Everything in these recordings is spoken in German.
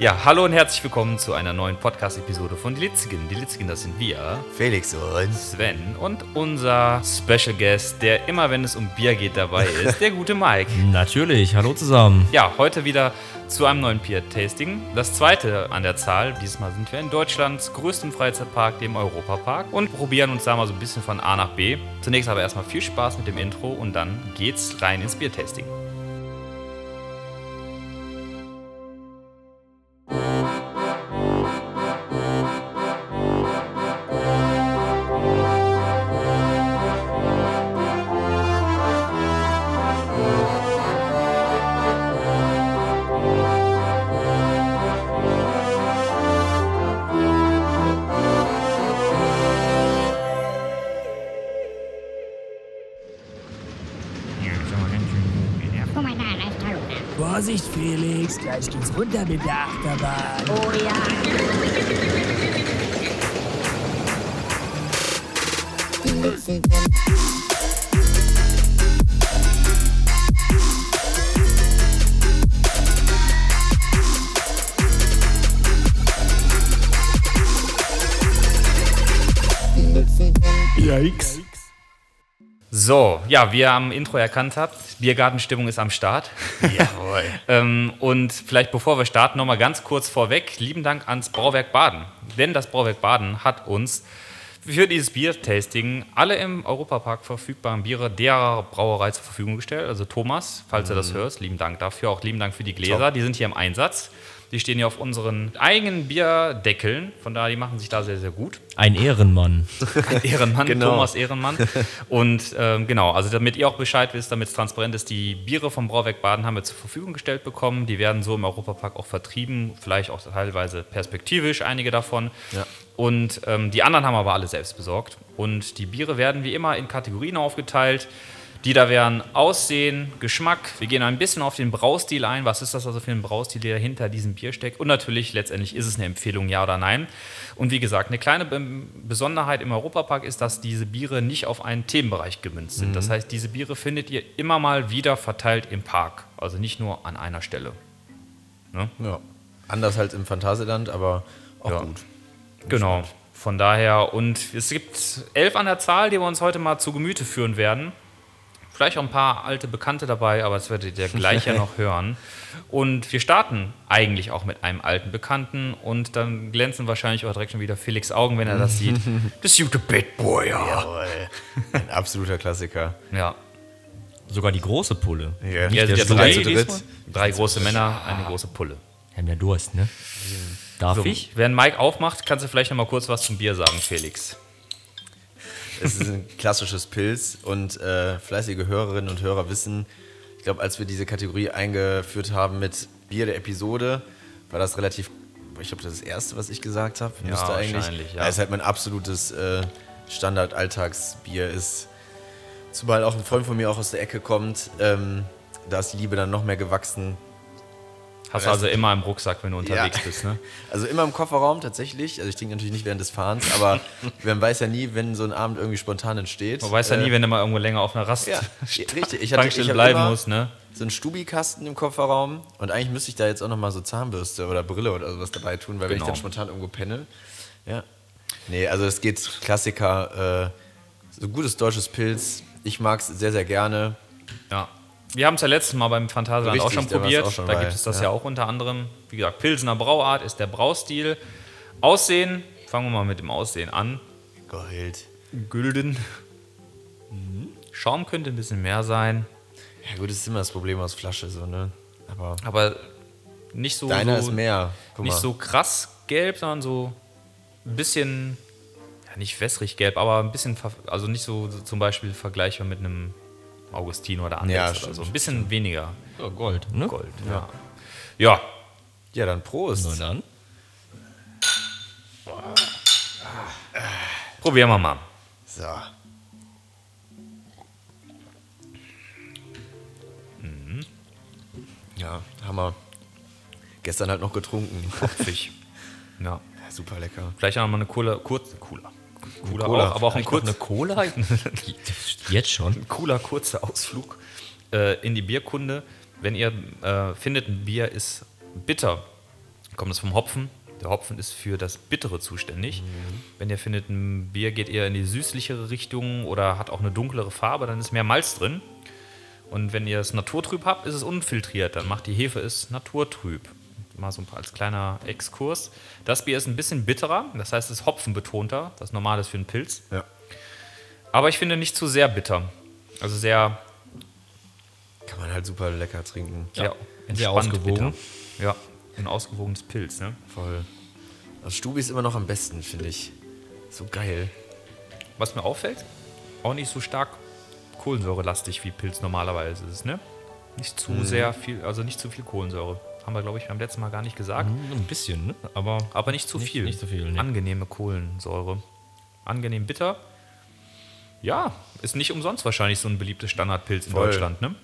Ja, hallo und herzlich willkommen zu einer neuen Podcast-Episode von Die Litzigen. Die Litzigen, das sind wir, Felix und Sven und unser Special Guest, der immer, wenn es um Bier geht, dabei ist, der gute Mike. Mhm. Natürlich, hallo zusammen. Ja, heute wieder zu einem neuen Bier-Tasting. Das zweite an der Zahl. Diesmal sind wir in Deutschlands größtem Freizeitpark, dem Europapark, und probieren uns da mal so ein bisschen von A nach B. Zunächst aber erstmal viel Spaß mit dem Intro und dann geht's rein ins Bier-Tasting. Oh mein Gott, das ist toll. Vorsicht, Felix, gleich geht's runter mit der Achterbahn. Oh ja. Yikes. So, ja, wie ihr am Intro erkannt habt, Biergartenstimmung ist am Start. Jawohl. Ähm, und vielleicht bevor wir starten, nochmal ganz kurz vorweg, lieben Dank ans Brauwerk Baden. Denn das Brauwerk Baden hat uns für dieses Biertasting alle im Europapark verfügbaren Biere derer Brauerei zur Verfügung gestellt. Also Thomas, falls du das hörst, lieben Dank dafür. Auch lieben Dank für die Gläser, die sind hier im Einsatz. Die stehen hier auf unseren eigenen Bierdeckeln. Von daher, die machen sich da sehr, sehr gut. Ein Ehrenmann. Ehrenmann, Genau. Thomas Ehrenmann. Und ähm, genau, also damit ihr auch Bescheid wisst, damit es transparent ist, die Biere vom Brauwerk Baden haben wir zur Verfügung gestellt bekommen. Die werden so im Europapark auch vertrieben, vielleicht auch teilweise perspektivisch einige davon. Und ähm, die anderen haben aber alle selbst besorgt. Und die Biere werden wie immer in Kategorien aufgeteilt. Die da wären Aussehen, Geschmack. Wir gehen ein bisschen auf den Braustil ein. Was ist das also für ein Braustil, der hinter diesem Bier steckt? Und natürlich, letztendlich ist es eine Empfehlung, ja oder nein. Und wie gesagt, eine kleine Be- Besonderheit im Europapark ist, dass diese Biere nicht auf einen Themenbereich gemünzt sind. Das heißt, diese Biere findet ihr immer mal wieder verteilt im Park. Also nicht nur an einer Stelle. Ja. Anders als im Phantasialand, aber auch Ja. gut. Genau. Von daher, und es gibt elf an der Zahl, die wir uns heute mal zu Gemüte führen werden. Vielleicht auch ein paar alte Bekannte dabei, aber das werdet ihr gleich ja noch hören. Und wir starten eigentlich auch mit einem alten Bekannten und dann glänzen wahrscheinlich auch direkt schon wieder Felix Augen, wenn er das sieht. Das gute Bad Boy, ja. Jawohl. Ein absoluter Klassiker. Ja, Sogar die große Pulle. ja Ja, der sind ja Stuhl drei, zu dritt. diesmal. drei große Männer, eine große Pulle. Wir haben ja Durst, ne? Darf So, ich? während Mike aufmacht, kannst du vielleicht noch mal kurz was zum Bier sagen, Felix. Es ist ein klassisches Pilz und äh, fleißige Hörerinnen und Hörer wissen, ich glaube, als wir diese Kategorie eingeführt haben mit Bier der Episode, war das relativ, ich glaube, das ist das Erste, was ich gesagt habe. Ja, wahrscheinlich, ja. Weil es halt mein absolutes äh, Standard-Alltagsbier ist. Zumal auch ein Freund von mir auch aus der Ecke kommt, ähm, da ist die Liebe dann noch mehr gewachsen. Hast du also immer im Rucksack, wenn du unterwegs Ja. bist, ne? Also immer im Kofferraum tatsächlich. Also ich trinke natürlich nicht während des Fahrens, aber man weiß ja nie, wenn so ein Abend irgendwie spontan entsteht. Man weiß ja Äh, nie, wenn du mal irgendwo länger auf einer Rast Ja, richtig. Ich hatte, ich Tankstelle hab bleiben immer musst, ne? so einen Stubikasten im Kofferraum und eigentlich müsste ich da jetzt auch nochmal so Zahnbürste oder Brille oder sowas dabei tun, weil wenn ich Genau. dann spontan irgendwo penne. Ja. Nee, also es geht Klassiker, äh, so gutes deutsches Pilz. Ich mag es sehr, sehr gerne. Ja. Wir haben es ja letztes Mal beim Phantasialand auch Richtig, schon da war's probiert. auch schon da bei, gibt es das ja. ja. auch unter anderem. Wie gesagt, Pilsener Brauart ist der Braustil. Aussehen, fangen wir mal mit dem Aussehen an. Gold. Gülden. Mhm. Schaum könnte ein bisschen mehr sein, Ja gut, das ist immer das Problem aus Flasche, so, ne? Aber aber nicht so, deiner so, ist mehr. Guck nicht mal. so krass gelb, sondern so ein bisschen, ja, nicht wässrig gelb, aber ein bisschen, ver- also nicht so so zum Beispiel vergleichbar mit einem Augustino oder Ja, Andex oder stimmt, so. Ein bisschen weniger Ja, Gold, ne? Gold. Ja. ja. Ja, dann Prost. Na dann. probieren wir mal. So. Mhm. Ja, Hammer. Gestern halt noch getrunken. Fisch. Ja. Ja, Super lecker. Vielleicht auch noch mal eine Cola, kurz, Cola. Cola, Cola. auch, aber auch ein Vielleicht noch kurz, eine Cola? Jetzt schon? cooler kurzer Ausflug äh, in die Bierkunde. Wenn ihr äh, findet, ein Bier ist bitter, Kommt das vom Hopfen? Der Hopfen ist für das Bittere zuständig. Wenn ihr findet, ein Bier geht eher in die süßlichere Richtung oder hat auch eine dunklere Farbe, dann ist mehr Malz drin. Und wenn ihr es naturtrüb habt, ist es unfiltriert. Dann macht die Hefe es naturtrüb. Mal so ein paar als kleiner Exkurs. Das Bier ist ein bisschen bitterer, das heißt, es ist hopfenbetonter. Das normal ist für einen Pilz. Ja. Aber ich finde nicht zu sehr bitter. Also sehr, Kann man halt super lecker trinken. sehr sehr entspannt bitter. ausgewogen. Ja, ein ausgewogenes Pilz, ne? Voll. Also Stubi ist immer noch am besten, finde ich. So geil. Was mir auffällt, auch nicht so stark kohlensäurelastig wie Pilz normalerweise ist, ne? Nicht zu Mhm. sehr viel, also nicht zu viel Kohlensäure. Haben wir, glaube ich, beim letzten Mal gar nicht gesagt. Hm, Ein bisschen, ne? Aber Aber nicht zu Nicht- viel. nicht zu viel, nee. Angenehme Kohlensäure. Angenehm bitter. Ja, ist nicht umsonst wahrscheinlich so ein beliebtes Standardpilz in Voll. Deutschland, ne?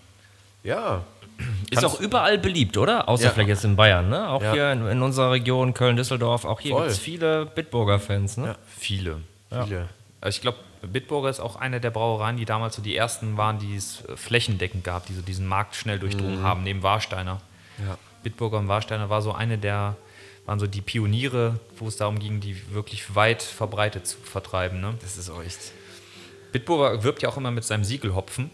Ja. ist auch überall beliebt, oder? Außer Ja. vielleicht jetzt in Bayern, ne? Auch Ja. hier in, in unserer Region, Köln, Düsseldorf, auch hier Voll. gibt es viele Bitburger-Fans, ne? Viele. Viele. Also ich glaube, Bitburger ist auch eine der Brauereien, die damals so die ersten waren, die es äh, flächendeckend gab, die so diesen Markt schnell durchdrungen haben, neben Warsteiner. Ja. Bitburger und Warsteiner war so eine der, waren so die Pioniere, wo es darum ging, die wirklich weit verbreitet zu vertreiben. Ne? Das ist auch echt. Bitburger wirbt ja auch immer mit seinem Siegelhopfen.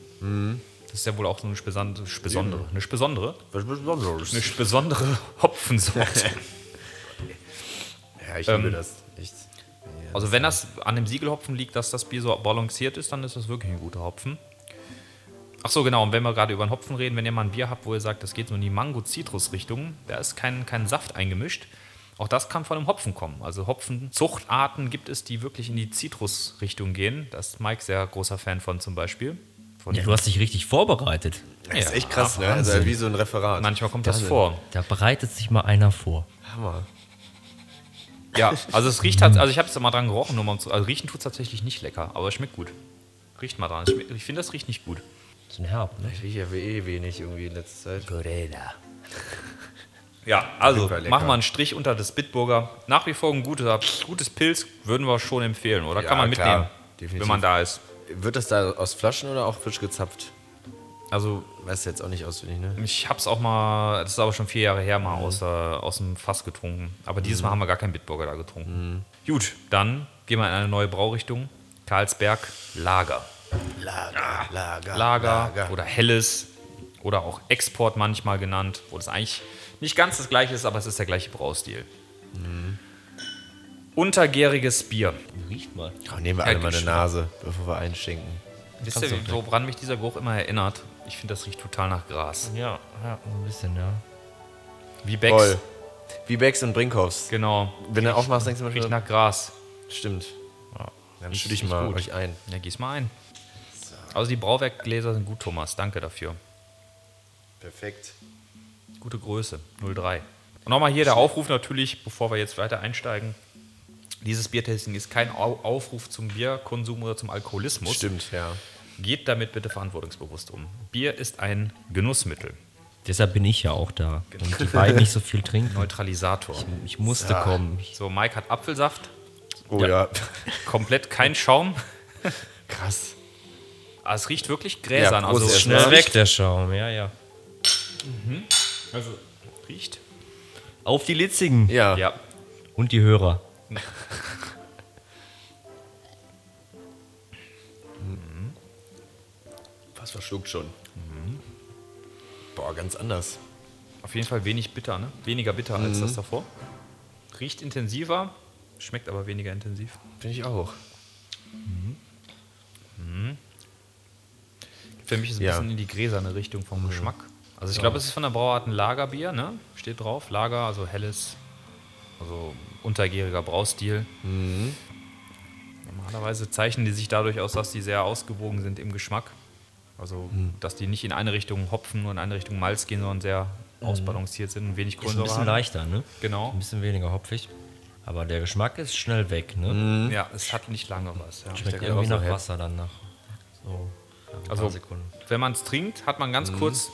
Das ist ja wohl auch so eine spesan- besondere, eine besondere, Was eine Besonderes. besondere Hopfensorte. Ja, ich Ähm, liebe das. Echt. Also wenn das an dem Siegelhopfen liegt, dass das Bier so balanciert ist, dann ist das wirklich ein guter Hopfen. Ach so, genau. Und wenn wir gerade über den Hopfen reden, wenn ihr mal ein Bier habt, wo ihr sagt, das geht so in die Mango-Zitrus-Richtung, da ist kein, kein Saft eingemischt. Auch das kann von einem Hopfen kommen. Also Hopfenzuchtarten gibt es, die wirklich in die Zitrus-Richtung gehen. Da ist Mike sehr großer Fan von zum Beispiel. Von Ja, du hast dich richtig vorbereitet. Das Ja, ist echt krass, ne? Also wie so ein Referat. also Manchmal kommt das vor. Da bereitet sich mal einer vor. Hammer. Ja, also es riecht halt, also ich habe es mal dran gerochen, nur mal um zu, also riechen tut es tatsächlich nicht lecker, aber es schmeckt gut. Riecht mal dran. Es schmeckt- Ich finde, das riecht nicht gut. So ein Herb, ne? Ich rieche ja eh wenig irgendwie in letzter Zeit. Gorilla. Ja, also Super lecker. machen wir einen Strich unter das Bitburger. Nach wie vor ein guter, gutes Pilz würden wir schon empfehlen, oder? Ja, Kann man mitnehmen, klar. Definitiv. wenn man da ist. Wird das da aus Flaschen oder auch frisch gezapft? Also Weiß jetzt auch nicht auswendig, ne? ich hab's auch mal, das ist aber schon vier Jahre her, Mhm. mal aus, äh, aus dem Fass getrunken. Aber dieses Mal haben wir gar keinen Bitburger da getrunken. Mhm. Gut, dann gehen wir in eine neue Braurichtung. Karlsberg Lager. Lager, Lager, Lager, oder Helles oder auch Export manchmal genannt, wo das eigentlich nicht ganz das gleiche ist, aber es ist der gleiche Braustil. Mhm. Untergäriges Bier. Riecht mal. Komm, nehmen wir alle Ja, mal eine geschmeckt. Nase, bevor wir einschenken. Wisst ihr, wie- woran mich dieser Geruch immer erinnert? Ich finde, das riecht total nach Gras. Mhm. Ja, ja, so ein bisschen, ja. Wie Becks. Voll. Wie Becks und Brinkhoffs. Genau. Wenn du aufmachst, denkst du Riecht immer nach Gras. Stimmt. Dann schütte ich Riecht mal gut. euch ein. Ja, gieß mal ein. Also die Brauwerkgläser sind gut, Thomas. Danke dafür. Perfekt. Gute Größe, 03. Und nochmal hier der Aufruf natürlich, bevor wir jetzt weiter einsteigen. Dieses Biertasting ist kein Au- Aufruf zum Bierkonsum oder zum Alkoholismus. Stimmt, ja. Geht damit bitte verantwortungsbewusst um. Bier ist ein Genussmittel, Deshalb bin ich ja auch da. Damit die beiden nicht so viel trinken. Neutralisator. Ich musste kommen. So, Mike hat Apfelsaft, Oh ja. komplett kein Schaum. Krass. Aber Ah, es riecht wirklich gräsern. Ja, Prost also erst schnell mal. weg. der Schaum, ja, ja. Also riecht. Auf die Litzigen. Ja. Ja. Und die Hörer. Fast verschluckt schon. Mhm. Boah, ganz anders. Auf jeden Fall wenig bitter, ne? Weniger bitter als Mhm. das davor. Riecht intensiver, schmeckt aber weniger intensiv. Finde ich auch. Für mich ist es ein Ja. bisschen in die gräserne Richtung vom Geschmack. Also ich glaube, es ist von der Brauart ein Lagerbier, ne? Steht drauf. Lager, also helles, also untergäriger Braustil. Mhm. Normalerweise zeichnen die sich dadurch aus, dass die sehr ausgewogen sind im Geschmack. Also, dass die nicht in eine Richtung Hopfen nur in eine Richtung Malz gehen, sondern sehr ausbalanciert sind und wenig Ist ein Kohlensäure bisschen leichter, ne? Genau. Ein bisschen weniger hopfig. Aber der Geschmack ist schnell weg, ne? Ja, es hat nicht lange was. Ja. Schmeckt Mhm, Der- irgendwie auch so nach her. Wasser dann nach. So. nach ein Also, paar Sekunden. wenn man es trinkt, hat man Mhm. ganz kurz,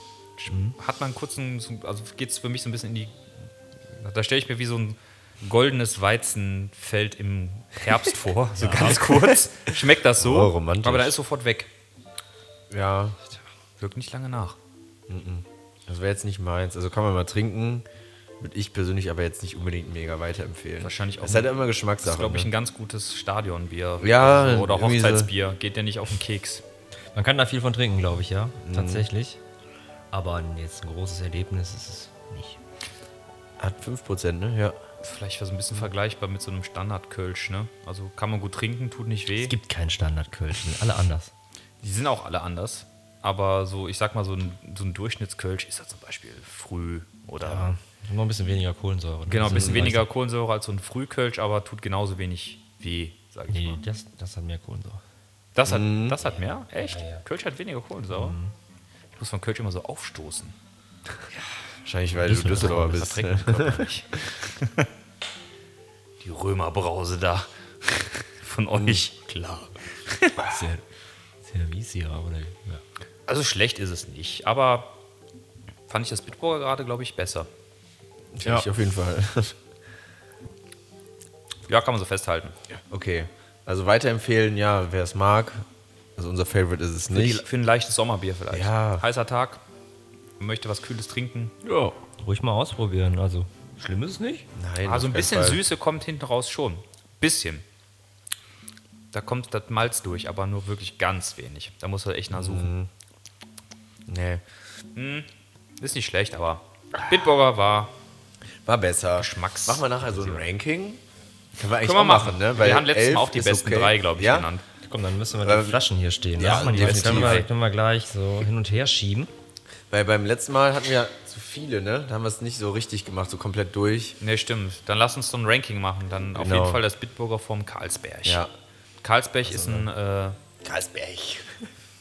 hat man kurz, einen, so- also geht es für mich so ein bisschen in die, da stelle ich mir wie so ein goldenes Weizenfeld im Herbst vor, so ganz kurz. Schmeckt das so, Oh, romantisch. aber da ist sofort weg. Ja. Wirkt nicht lange nach. Das wäre jetzt nicht meins. Also kann man mal trinken. Würde ich persönlich aber jetzt nicht unbedingt mega weiterempfehlen. Wahrscheinlich auch Das ist halt ein- immer Das Geschmackssache. ist, glaube ich, ein ne? ganz gutes Stadionbier. Ja, Also, Oder irgendwie so. Hochzeitsbier. Geht ja nicht auf den Keks. Man kann da viel von trinken, glaube ich, ja. Mhm. Tatsächlich. Aber ein- jetzt ein großes Erlebnis ist es nicht. Hat 5%, ne? Ja. Vielleicht war es ein Mhm. bisschen vergleichbar mit so einem Standard-Kölsch, ne? Also kann man gut trinken, tut nicht weh. Es gibt keinen Standard-Kölsch, die sind alle anders. Die sind auch alle anders. Aber so, ich sag mal, so ein, so ein Durchschnittskölsch ist ja zum Beispiel früh oder. Ja. Noch ein bisschen weniger Kohlensäure. ne? Genau, ein Das bisschen ist- weniger Kohlensäure als so ein Frühkölsch, aber tut genauso wenig weh, sag ich Nee, mal. das, das hat mehr Kohlensäure. Das hat, das hat mehr? Echt? Ja, Mhm. ja. Kölsch hat weniger Kohlensäure? Ich muss von Kölsch immer so aufstoßen. Wahrscheinlich, weil du Düsseldorfer Das bist. ne? verträgt mein Körper nicht. Die Römerbrause da. Von euch. Mhm. Klar. Sehr, sehr wiesig, aber ja. Also schlecht ist es nicht, aber fand ich das Bitburger gerade, glaube ich, besser. Ja. Ich auf jeden Fall. Ja, kann man so festhalten. Okay. Also weiterempfehlen, ja, wer es mag. Also unser Favorite ist es Für, die, nicht. für ein leichtes Sommerbier vielleicht. Ja. Heißer Tag, man möchte was Kühles trinken. Ja. Ruhig mal ausprobieren, also schlimm ist es nicht. Also Nein. ein auf keinen bisschen Fall. Süße kommt hinten raus schon. Bisschen. Da kommt das Malz durch, aber nur wirklich ganz wenig. Da muss man echt nachsuchen. Nee. Mhm. Ist nicht schlecht, aber Bitburger war. War besser. Geschmacks- Machen wir nachher so ein Ranking? Können wir eigentlich Können wir auch machen. ne? wir Weil haben letztes elf Mal auch die ist besten okay. drei, glaube ich, ja? genannt. Komm, dann müssen wir die Ähm, Flaschen hier stehen ja, lassen. Äh, die definitiv. können wir, können wir gleich so hin und her schieben. Weil beim letzten Mal hatten wir zu viele, ne? Da haben wir es nicht so richtig gemacht, so komplett durch. Ne, stimmt. Dann lass uns so ein Ranking machen. Dann auf Genau. jeden Fall das Bitburger vom Karlsberg. Ja. Also, ne? Karlsberg ist ein, äh, Karlsberg.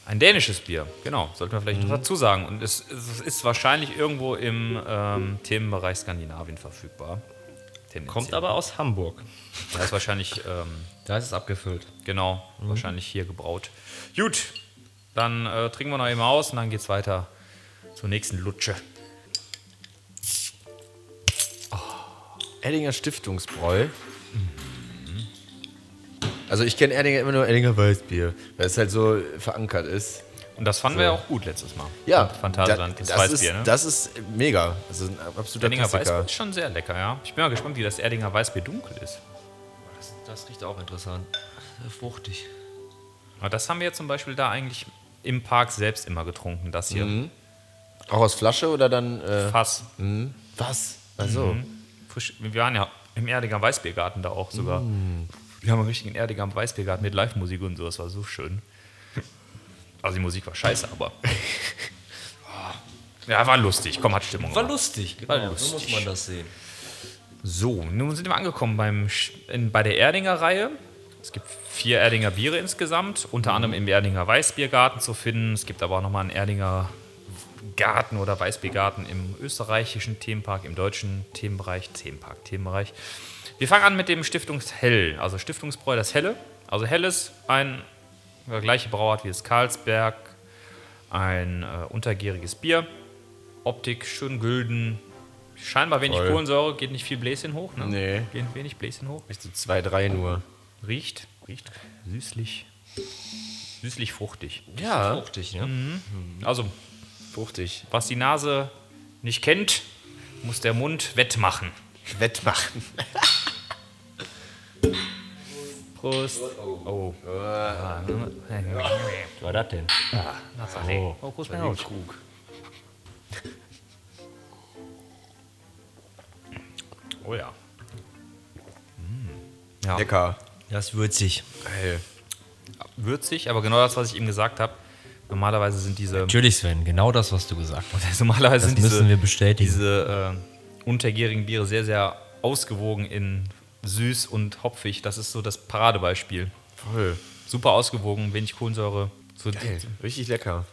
ein dänisches Bier. Genau, sollten wir vielleicht Mhm. noch dazu sagen. Und es, es ist wahrscheinlich irgendwo im ähm, Themenbereich Skandinavien verfügbar. Kommt Tendenziell. aber aus Hamburg. Das ist wahrscheinlich. Ähm, Da ist es abgefüllt. Genau, Mhm. wahrscheinlich hier gebraut. Gut, dann äh, trinken wir noch eben aus und dann geht's weiter zur nächsten Lutsche. Erdinger Stiftungsbräu. Mhm. Also ich kenne Erdinger immer nur Erdinger Weißbier, weil es halt so verankert ist. Und das fanden wir ja auch gut letztes Mal. Ja, Phantasialand, das, das, Weißbier, ist, ne? das ist mega. Das ist ein absoluter Erdinger Klassiker. Weißbier ist schon sehr lecker, ja. Ich bin mal gespannt, wie das Erdinger Weißbier dunkel ist. Das, riecht auch interessant. Fruchtig. Aber das haben wir ja zum Beispiel da eigentlich im Park selbst immer getrunken, das hier. Mhm. Auch aus Flasche oder dann äh, Fass. mh, was? Also Frisch, wir waren ja im Erdinger Weißbiergarten da auch sogar. Wir haben einen richtigen Erdinger Weißbiergarten mit Live-Musik und so, das war so schön. Also die Musik war scheiße, aber. Ja, war lustig. Komm, hat Stimmung. War gemacht. lustig, genau. War So muss lustig. man das sehen. So, nun sind wir angekommen beim, Sch- in, bei der Erdinger-Reihe. Es gibt vier Erdinger Biere insgesamt, unter anderem im Erdinger Weißbiergarten zu finden. Es gibt aber auch nochmal einen Erdinger Garten oder Weißbiergarten im österreichischen Themenpark, im deutschen Themenbereich, Themenpark, Themenbereich. Wir fangen an mit dem Stiftungshell, also Stiftungsbräu, das Helle. Also Helles, ein der gleiche Brauer hat wie das Karlsberg, ein äh, untergäriges Bier. Optik schön gülden, scheinbar wenig Voll. Kohlensäure, geht nicht viel Bläschen hoch, ne? Nee. Geht wenig Bläschen hoch. echt so zwei, drei nur. Riecht, riecht süßlich, süßlich fruchtig. Ja, Mhm. Fruchtig, ne? Also, fruchtig. was die Nase nicht kennt, muss der Mund wettmachen. Wettmachen. Prost. Oh. Was war das denn? Oh, Prost, mein Haus. Krug. Oh ja. Hm. Ja. Lecker. Das ist würzig. Geil. Würzig, aber genau das, was ich eben gesagt habe. Normalerweise sind diese, Natürlich, Sven, genau das, was du gesagt hast. normalerweise Das sind diese, müssen wir bestätigen. diese äh, untergärigen Biere sehr, sehr ausgewogen in süß und hopfig. Das ist so das Paradebeispiel. Voll. Super ausgewogen, wenig Kohlensäure. So, Richtig lecker.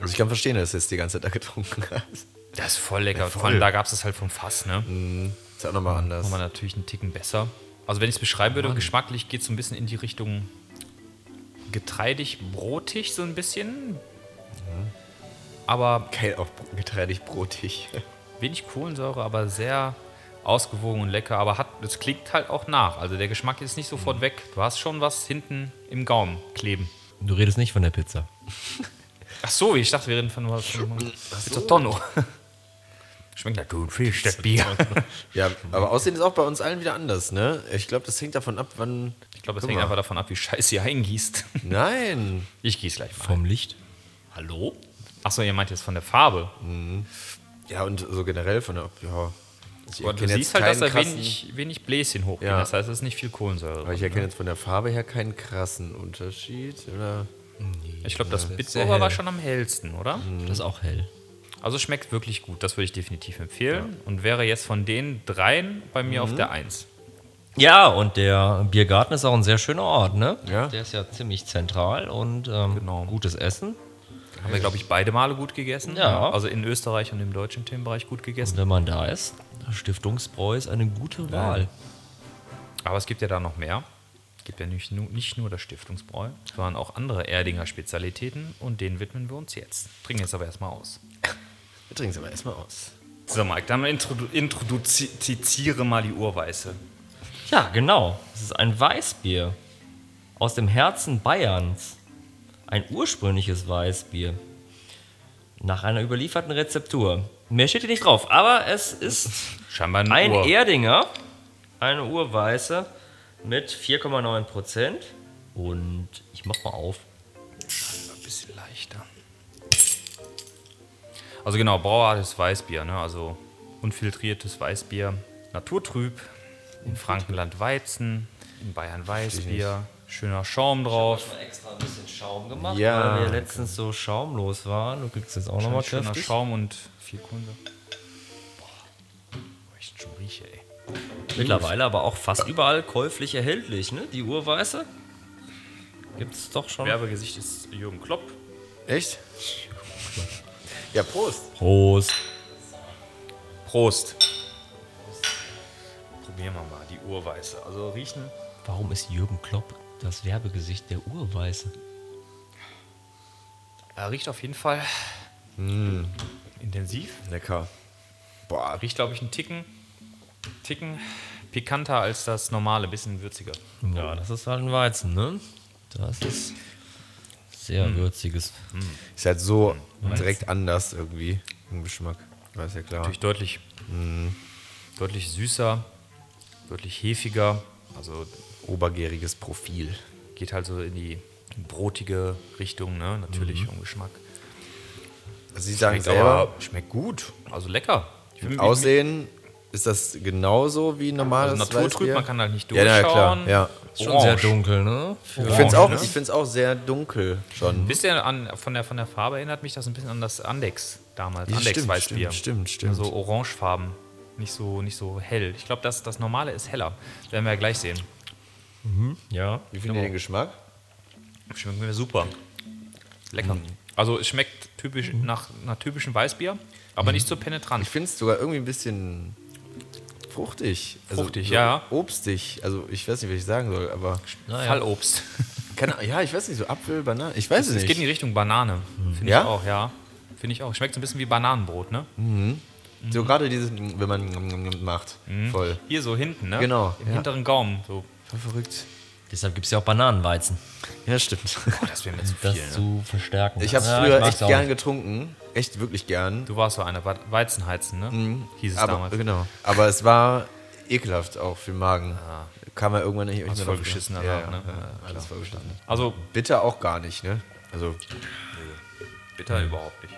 Also ich kann verstehen, dass du es die ganze Zeit da getrunken hast. das ist voll lecker. Vor allem da gab es das halt vom Fass, ne? Ist auch nochmal anders. Nochmal natürlich einen Ticken besser. Also wenn ich es beschreiben würde, geschmacklich geht es so ein bisschen in die Richtung getreidig, brotig so ein bisschen. Aber Geil, auch getreidig brotig. wenig Kohlensäure, aber sehr ausgewogen und lecker. Aber hat, es klingt halt auch nach. Also der Geschmack ist nicht sofort weg. Du hast schon was hinten im Gaumen kleben. Du redest nicht von der Pizza. Ach so, ich dachte, wir reden von was. Pizza Tonno. Schmeckt nach Thunfisch, das Bier. Ja, aber Aussehen ist auch bei uns allen wieder anders, ne? Ich glaube, das hängt davon ab, wann. Ich glaube, es Guck hängt mal. einfach davon ab, wie scheiße ihr eingießt. Nein. Ich gieße gleich mal. Vom Licht? Hallo? Achso, ihr meint jetzt von der Farbe. Ja, und so generell von der. Ja. Ich Aber du erkenne siehst halt, dass da keinen krassen- wenig, wenig Bläschen hochgehen. Ja. Das heißt, es ist nicht viel Kohlensäure. Aber ich drin, erkenne ne? jetzt von der Farbe her keinen krassen Unterschied. Oder? ich glaube, das sehr Bitburger war hell. Mhm. schon am hellsten, oder? Das ist auch hell. Also es schmeckt wirklich gut. Das würde ich definitiv empfehlen. Und wäre jetzt von den dreien bei mir auf der Eins. Ja, und der Biergarten ist auch ein sehr schöner Ort, ne? Ja. Der ist ja ziemlich zentral und ähm, Genau. gutes Essen. Haben wir, glaube ich, beide Male gut gegessen. Ja. Also in Österreich und im deutschen Themenbereich gut gegessen. Und wenn man da ist, Stiftungsbräu ist eine gute Wahl. Aber es gibt ja da noch mehr. Es gibt ja nicht nur, nicht nur das Stiftungsbräu, sondern auch andere Erdinger Spezialitäten und denen widmen wir uns jetzt. Trinken jetzt aber erstmal aus. Wir trinken es aber erstmal aus. So, Mike, dann introdu introduziere mal die Urweiße. Ja, genau. Es ist ein Weißbier aus dem Herzen Bayerns. Ein ursprüngliches Weißbier. Nach einer überlieferten Rezeptur. Mehr steht hier nicht drauf, aber es ist Scheinbar eine ein Ur. Erdinger, eine Urweiße mit 4,9%. Und ich mach mal auf. Ein bisschen leichter. Also genau, brauerartes Weißbier, ne? also unfiltriertes Weißbier, naturtrüb, in Frankenland Weizen, in Bayern Weißbier, schöner Schaum drauf, extra ein bisschen Schaum gemacht, Ja. weil wir letztens so schaumlos waren. Du kriegst jetzt auch nochmal schöner kräftig. Schaum und viel Kunde. Boah, ich schon rieche, ey. Mittlerweile aber auch fast überall käuflich erhältlich, ne? Die Urweiße gibt's doch schon. Werbegesicht ist Jürgen Klopp. Echt? Ja, Prost. Prost. Prost. Probieren wir mal die Urweiße. Also riechen. Warum ist Jürgen Klopp das Werbegesicht der Urweiße? Er Äh, riecht auf jeden Fall Mm. intensiv. Lecker. Boah, Riecht, glaube ich, einen Ticken, Ticken pikanter als das normale, bisschen würziger. Ja, das ist halt ein Weizen, ne? Das ist sehr würziges. ist halt so direkt anders irgendwie im Geschmack. Ja, ist ja klar. Natürlich deutlich, mm, deutlich süßer, deutlich hefiger. Also Obergäriges Profil. geht halt so in die brotige Richtung, ne? natürlich vom Geschmack. Also Sie sagen Schmeckt selber, aber- schmeckt gut. Also lecker. Ich bin- Aussehen ist das genauso wie normales also naturtrüb, Weißbier? man kann halt nicht Ja, durchschauen. ja, klar. Ja. Ist schon sehr dunkel, ne? Ich finde es auch, ich find's auch sehr dunkel schon. Bisschen an, von, der, von der Farbe erinnert mich das ein bisschen an das Andex damals. Ja, Andex stimmt, Weißbier. stimmt, stimmt, stimmt. Also orangefarben. Nicht so, nicht so hell. Ich glaube, das, das normale ist heller. Werden wir ja gleich sehen. Ja. Wie findet ihr den Geschmack? Schmeckt mir super. Lecker. Mhm. Also es schmeckt typisch nach, nach typischem Weißbier, aber nicht so penetrant. Mhm. Ich finde es sogar irgendwie ein bisschen fruchtig. Also Fruchtig, so ja. Obstig. Also ich weiß nicht, was ich sagen soll, aber. Fallobst. Keine Ahnung, ja, ich weiß nicht, so Apfel, Banane. Ich weiß es Es nicht. Mhm. geht in die Richtung Banane. Finde Ja? Mhm. ich auch, ja. Finde ich auch. Schmeckt so ein bisschen wie Bananenbrot, ne? So gerade dieses, wenn man macht. Mhm. Voll. Hier so hinten, ne? Genau, Im ja. hinteren Gaumen. So. Voll verrückt. Deshalb gibt es ja auch Bananenweizen. Ja, stimmt. Boah, Oh, das wäre mir zu Das viel. Ne? zu verstärken. Ich habe es Ja, früher mag's echt auch. gern getrunken. Echt wirklich gern. Du warst so einer Wa- Weizenheizen, ne? Hieß es Mhm. Aber, damals. genau. Aber es war ekelhaft auch für den Magen. Kam er irgendwann nicht. Hast Ah. voll geschissen ja, danach, ja, ne? Ja, Ja, alles voll geschissen. Also Bitter auch gar nicht, ne? Also, bitter überhaupt nicht.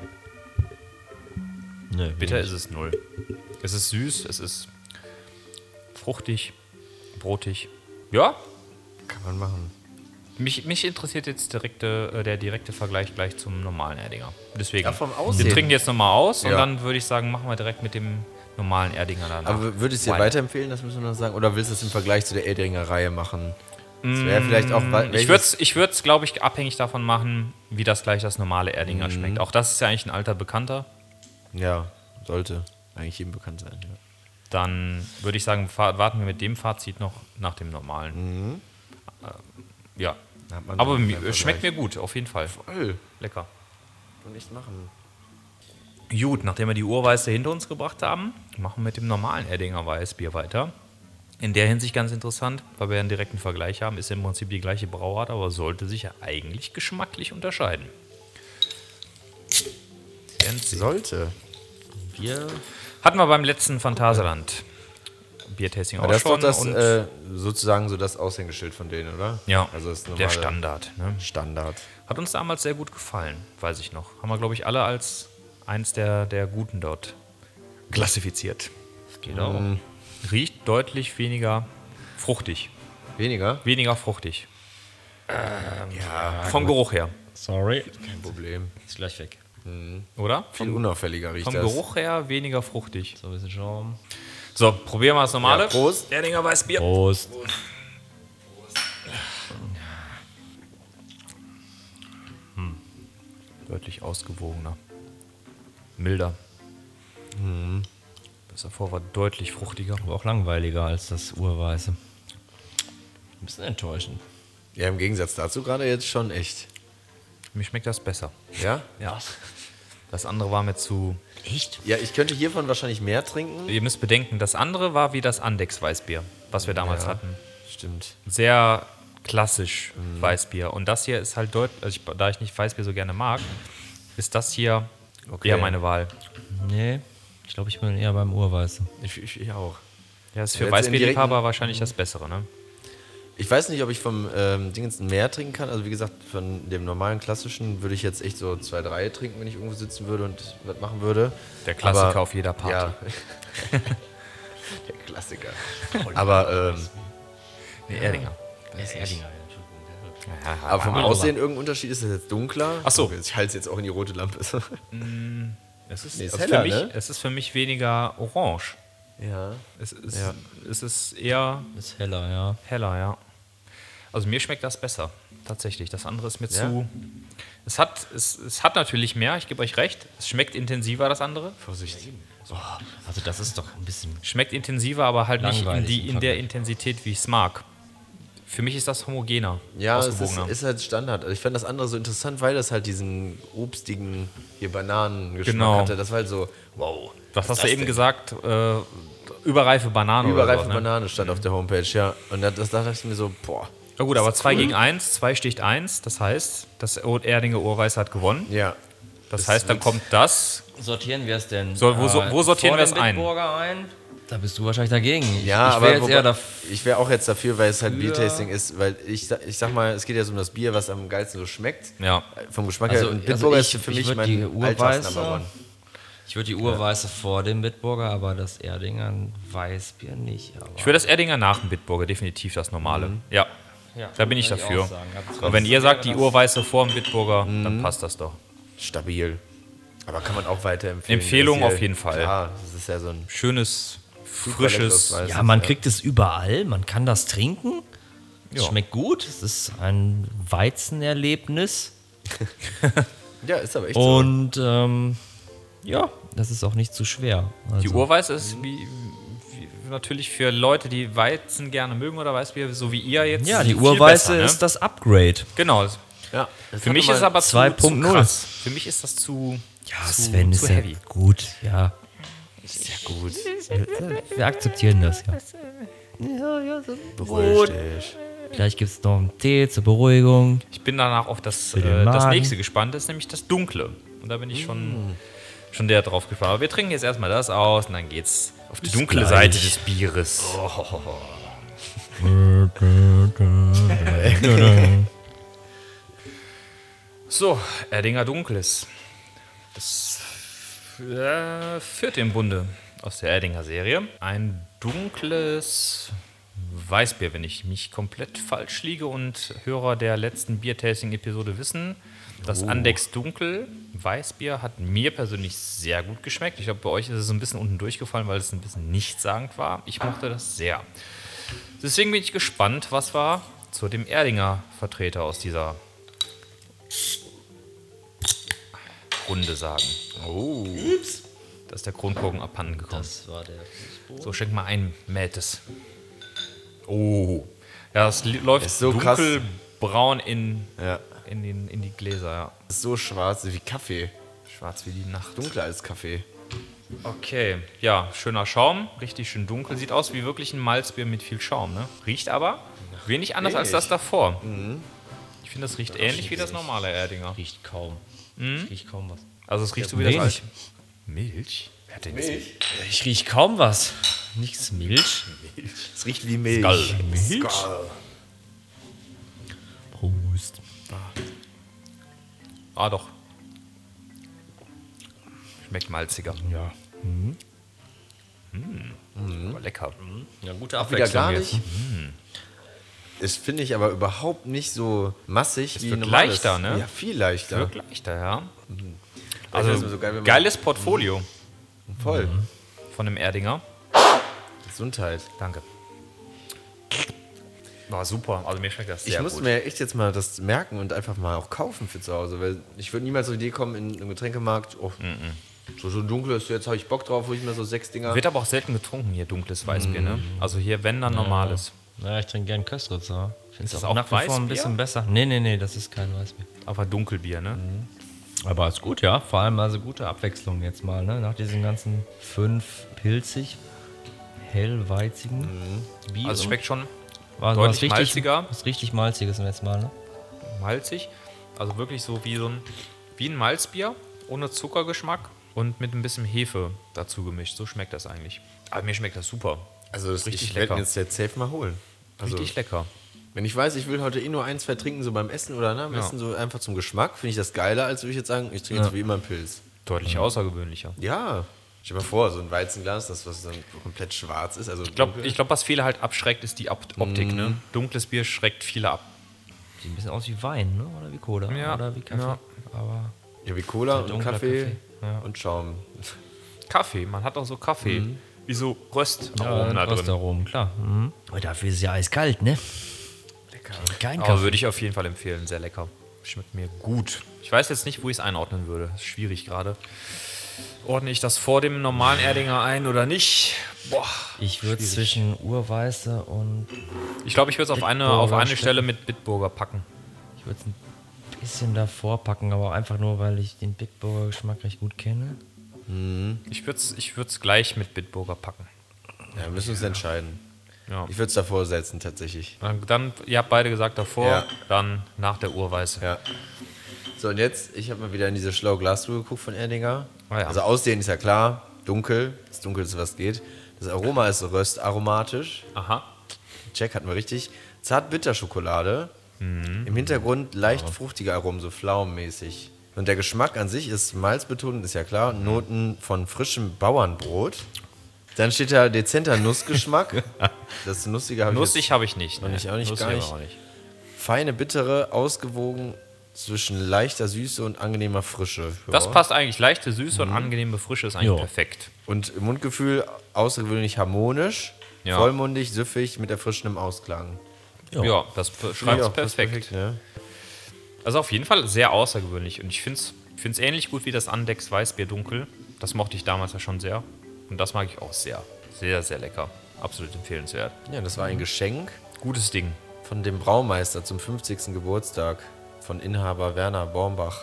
Nee, Bitter ist es null. Es ist süß, es ist fruchtig, brotig. Ja, kann man machen. mich, mich interessiert jetzt direkte, äh, der direkte Vergleich gleich zum normalen Erdinger. Deswegen. Ja, vom Aussehen. wir trinken jetzt nochmal aus und Ja. dann würde ich sagen, machen wir direkt mit dem normalen Erdinger danach. Aber würdest du dir Weiter. weiterempfehlen, das müssen wir noch sagen? Oder willst du es im Vergleich zu der Eldringer Reihe machen? Das wäre vielleicht auch. wa- Mm, Ich welches- würde es, ich würd's, glaube ich, abhängig davon machen, wie das gleich das normale Erdinger Mhm. schmeckt. Auch das ist ja eigentlich ein alter Bekannter. Ja, sollte eigentlich jedem bekannt sein. Ja. dann würde ich sagen, fa- warten wir mit dem Fazit noch nach dem normalen. Äh, ja. Da hat man Aber Mhm. dann mi- keinen schmeckt mir gut, auf jeden Fall. Voll. Lecker. Und nicht machen. Gut, nachdem wir die Urweiße hinter uns gebracht haben, machen wir mit dem normalen Erdinger Weißbier weiter. In der Hinsicht ganz interessant, weil wir ja einen direkten Vergleich haben, ist ja im Prinzip die gleiche Brauart, aber sollte sich ja eigentlich geschmacklich unterscheiden. Sollte. Wir Hatten wir beim letzten Phantasialand. Biertasting auch das ist schon. doch das, und, äh, sozusagen so das Aushängeschild von denen, oder? ja, Also das normale der Standard. Ne? Standard. Hat uns damals sehr gut gefallen, weiß ich noch. Haben wir, glaube ich, alle als eins der, der Guten dort klassifiziert. Das geht auch. Riecht deutlich weniger fruchtig. Weniger? Weniger fruchtig. Ähm, ja, vom Geruch her, Sorry. Kein Problem. Ist gleich weg. oder? Viel Vom, unauffälliger riecht vom das. Geruch her weniger fruchtig. So ein bisschen Schaum. So, probieren wir das normale. Ja, Prost. Erdinger Weißbier. Prost. Deutlich ausgewogener. Milder. Das davor war deutlich fruchtiger. Aber auch langweiliger als das Urweiße. Ein bisschen enttäuschend. Ja, im Gegensatz dazu gerade jetzt schon echt. Mir schmeckt das besser. Ja? Ja. Das andere war mir zu. Echt? Ja, ich könnte hiervon wahrscheinlich mehr trinken. Ihr müsst bedenken, das andere war wie das Andex-Weißbier, was wir damals hatten. Stimmt. Sehr klassisch Weißbier. Und das hier ist halt deutlich, also ich, da ich nicht Weißbier so gerne mag, ist das hier Okay. eher meine Wahl. Nee. Ich glaube, ich bin eher beim Urweiße. Ich, ich, ich auch. Ja, ist für Jetzt in direkten- Weißbierliebhaber wahrscheinlich das Bessere, ne? Ich weiß nicht, ob ich vom ähm, Dingens mehr trinken kann. Also wie gesagt, von dem normalen klassischen würde ich jetzt echt so zwei, drei trinken, wenn ich irgendwo sitzen würde und was machen würde. Der Klassiker auf jeder Party. Ja. Der Klassiker. Aber, ähm, Nee, Erdinger. Erdinger. aber vom Aussehen irgendein Unterschied ist es jetzt dunkler. Ach so. Ich halte es jetzt auch in die rote Lampe. Es ist, Nee, ist also heller, für mich, ne? es ist für mich weniger orange. ja. Es ist, Ja. es ist eher Ist heller, ja. heller, ja. Also mir schmeckt das besser, tatsächlich. Das andere ist mir Ja? zu. Es hat, es, es hat natürlich mehr, ich gebe euch recht. Es schmeckt intensiver, das andere. Vorsichtig. Also das ist doch ein bisschen... Schmeckt intensiver, aber halt nicht in, Langweilig die, im in der Vergleich. Intensität, wie ich es mag. Für mich ist das homogener, Ja, es ist, ausgewogener. ist halt Standard. Also ich fand das andere so interessant, weil das halt diesen obstigen, hier Bananengeschmack Genau. hatte. Das war halt so, wow. Was hast ist du das eben denn? gesagt? Äh, überreife Banane Überreife oder sowas, ne? Banane stand auf der Homepage, ja. Und da, das, da dachte ich mir so, boah. Ja gut, aber 2 gegen 1, 2 sticht 1, das heißt, das Erdinger Ohrweiß hat gewonnen. Ja. Das Das heißt, dann wird- kommt das. Sortieren wir es denn? So, wo so- wo äh, sortieren vor wir dem es ein? Bitburger ein? Da bist du wahrscheinlich dagegen. Ich- Ja, ich wär aber jetzt wobei- eher dafür. ich wäre auch jetzt dafür, weil es halt Biertasting ist, weil ich, sa- ich sag mal, es geht ja so um das Bier, was am geilsten so schmeckt. Ja. Vom Geschmack Also, her. Und also Bitburger ich- ist für ich mich würd die mein Urweiße- Alltagsnummer one. Ich würde die Urweiße vor dem Bitburger, aber das Erdinger Weißbier nicht. Aber Ich würde das Erdinger nach dem Bitburger, definitiv das normale. Ja. Ja, da bin ich würd Mhm. ich dafür. auch sagen. Absolut. Und wenn ihr sagt, die Urweiße vor dem Bitburger, Mhm. dann passt das doch. Stabil. Aber kann man auch weiterempfehlen. Empfehlung Das hier- auf jeden Fall. Klar, das ist ja so ein Schönes, leckeres frisches. Weiß. ja, man kriegt es überall, man kann das trinken. Es Ja. schmeckt gut, es ist ein Weizenerlebnis. Ja, ist aber echt so. Und ähm, ja, das ist auch nicht zu schwer. Die Also, Urweiße ist wie, wie, natürlich für Leute, die Weizen gerne mögen oder Weißbier, so wie ihr jetzt. ja, die viel Urweiße besser, ne? ist das Upgrade. Genau. Ja, Für mich ist aber zu, zu 2.0. krass. Für mich ist das zu, Ja, zu, Sven zu ist ja heavy. gut, ja. gut. Wir akzeptieren das, ja. Beruhig dich. Gleich gibt es noch einen Tee zur Beruhigung. Ich bin danach auf das, den äh, das Magen. nächste gespannt, das ist nämlich das Dunkle. Und da bin ich schon, schon der drauf gespannt. Aber wir trinken jetzt erstmal das aus und dann geht's auf die dunkle gleich. Seite des Bieres. So, Erdinger Dunkles. Das äh, führt im Bunde aus der Erdinger Serie. Ein dunkles Weißbier, wenn ich mich komplett falsch liege und Hörer der letzten Biertasting-Episode wissen. Das Andex Dunkel Weißbier hat mir persönlich sehr gut geschmeckt. Ich glaube, bei euch ist es so ein bisschen unten durchgefallen, weil es ein bisschen nichtssagend war. Ich mochte das sehr. Deswegen bin ich gespannt, was war zu dem Erdinger Vertreter aus dieser Runde sagen. Oh. Da ist der Kronkorken abhanden gekommen. Das war der Fußboden. So, schenk mal ein, Mätes. Oh. Ja, das li- läuft Ist so krass. dunkelbraun in, Ja. in, den, in die Gläser, ja. Das ist so schwarz wie Kaffee. Schwarz wie die Nacht. Dunkler als Kaffee. Okay, ja, schöner Schaum, richtig schön dunkel. Sieht aus wie wirklich ein Malzbier mit viel Schaum, ne? Riecht aber wenig anders als das davor. Ich finde, das riecht ähnlich wie das normale Erdinger. Riecht kaum. Riecht kaum was. Also es riecht so wie das Milch. alte. Milch? Wer hat denn jetzt Milch? Ich rieche kaum was. Nichts Milch. Es riecht wie Milch. Skull. Milch? Prost. Ah, doch. Schmeckt malziger. Ja. Aber lecker. Ja, gute Wieder Abwechslung gar jetzt. nicht. Es finde ich aber überhaupt nicht so massig wie wird normales. leichter, ne? Ja, viel leichter. Wirklich leichter, ja. Ich find's Also, so geil, wenn man- geiles Portfolio Voll. von dem Erdinger. Gesundheit. Danke. War super. Also, mir schmeckt das Ich sehr muss gut. mir echt jetzt mal das merken und einfach mal auch kaufen für zu Hause, weil ich würde niemals auf die Idee kommen, in einem Getränkemarkt, oh, so, so dunkel ist jetzt, habe ich Bock drauf, hol ich mir so sechs Dinger. Wird aber auch selten getrunken hier dunkles Weißbier, ne? Also hier, wenn dann normales. Ja, ich trinke gern Köstritzer. Findest das du auch auch nach wie vor ein Weißbier? bisschen besser? Nee, nee, nee, das ist kein Weißbier. Aber Dunkelbier, ne? Aber ist gut, ja. Vor allem also gute Abwechslung jetzt mal, ne? Nach diesen ganzen fünf pilzig, hellweizigen Bier. Also es schmeckt schon war, deutlich richtig, malziger. Was richtig malziges jetzt mal, ne? malzig. Also wirklich so wie so ein, wie ein Malzbier, ohne Zuckergeschmack und mit ein bisschen Hefe dazu gemischt. So schmeckt das eigentlich. Aber mir schmeckt das super. also das richtig ich werd lecker. mir jetzt jetzt safe mal holen. Also, Richtig lecker. wenn ich weiß, ich will heute eh nur ein, zwei trinken, so beim Essen oder ne, am Ja. Essen so einfach zum Geschmack, finde ich das geiler, als würde ich jetzt sagen, ich trinke jetzt wie immer einen Pilz. Deutlich Mhm. außergewöhnlicher. Ja. Stell dir mal vor, so ein Weizenglas, das was dann komplett schwarz ist. Also Ich glaube, ich glaub, was viele halt abschreckt, ist die Op- Optik. Ne? Mhm. Dunkles Bier schreckt viele ab. Sieht ein bisschen aus wie Wein, ne? Oder wie Cola. Ja, Oder wie Kaffee. ja. Aber ja, wie Cola und dunkler Kaffee, Kaffee, ja. und Schaum. Kaffee, man hat auch so Kaffee. Wie so Mhm. ja, Röstaromen da drin. Röstaromen, klar. Mhm. Aber dafür ist es ja eiskalt, ne? Lecker. Kein Aber Kaffee. würde ich auf jeden Fall empfehlen. Sehr lecker. Schmeckt mir gut. Ich weiß jetzt nicht, wo ich es einordnen würde. Ist schwierig gerade. Ordne ich das vor dem normalen Erdinger ein oder nicht? Boah. Ich würde zwischen Urweiße und Ich glaube, ich würde es auf eine, Bitburger auf eine stecken. Stelle mit Bitburger packen. Ich würde es ein bisschen davor packen, aber einfach nur, weil ich den Bitburger Geschmack recht gut kenne. Ich würde es ich würd's gleich mit Bitburger packen. Ja, wir müssen uns entscheiden. Ja. Ich würde es davor setzen, tatsächlich. Dann, dann, ihr habt beide gesagt davor, Ja. dann nach der Urweiße. Ja. So, und jetzt, ich habe mal wieder in diese schlaue Glastür geguckt von Erdinger. Ah, ja. Also aussehen ist ja klar, dunkel, das Dunkelste, was geht. Das Aroma ist röstaromatisch. Aha. Jack hatten wir richtig. Zart-Bitter-Schokolade. Mhm. Im Hintergrund leicht fruchtige Aromen, so pflaumenmäßig. Und der Geschmack an sich ist malzbetont, ist ja klar. Mhm. Noten von frischem Bauernbrot. Dann steht da dezenter Nussgeschmack. Das Nussige habe ich jetzt- Nussig habe ich nicht. Und ich auch nicht, Nussig gar habe ich nicht. Feine, bittere, ausgewogen zwischen leichter Süße und angenehmer Frische. Das Ja. passt eigentlich. Leichte Süße Mhm. und angenehme Frische ist eigentlich Ja. perfekt. Und im Mundgefühl außergewöhnlich harmonisch, Ja. vollmundig, süffig, mit erfrischendem Ausklang. Ja, das schreibt es Ja, das ist perfekt. ne? Also auf jeden Fall sehr außergewöhnlich. Und ich finde es ähnlich gut wie das Andex Weißbier Dunkel. Das mochte ich damals ja schon sehr. Und das mag ich auch sehr. Sehr, sehr lecker. Absolut empfehlenswert. Ja, das Mhm. war ein Geschenk Gutes Ding. von dem Braumeister zum 50. Geburtstag von Inhaber Werner Bornbach.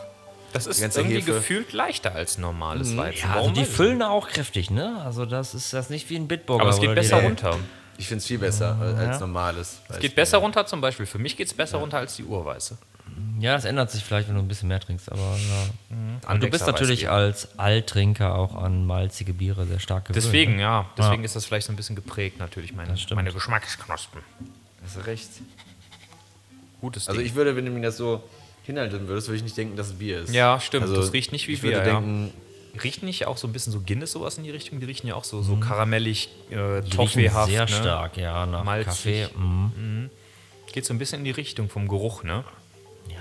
Das ist Die ganze irgendwie Hefe. gefühlt leichter als normales Weizen. Ja, also Warum die weiß ich füllen da auch kräftig, ne? Also das ist das ist nicht wie ein Bitburger. nicht. Aber es geht oder die- besser Nee. runter. Ich finde es viel besser als- als Ja. normales. Es geht besser runter zum Beispiel. Für mich geht es besser runter als die Urweiße. Ja, das ändert sich vielleicht, wenn du ein bisschen mehr trinkst, aber ja. Und du Andexer bist natürlich Weißbier. als Alttrinker auch an malzige Biere sehr stark gewöhnt. Deswegen, ne? ja. Deswegen ist das vielleicht so ein bisschen geprägt natürlich, meine, meine Geschmacksknospen. Hast recht. Gutes Ding. Also ich würde, wenn du mir das so hinhalten würdest, würde ich nicht denken, dass es Bier ist. Also Ja, stimmt. Das riecht nicht wie ich würde Bier, ja. denken, Riecht nicht auch so ein bisschen so Guinness sowas in die Richtung? Die riechen ja auch so, so karamellig, äh, Mhm. Die riechen toffeehaft. sehr ne? stark, ja, nach Malzig. Kaffee. mhm. Geht so ein bisschen in die Richtung vom Geruch, ne?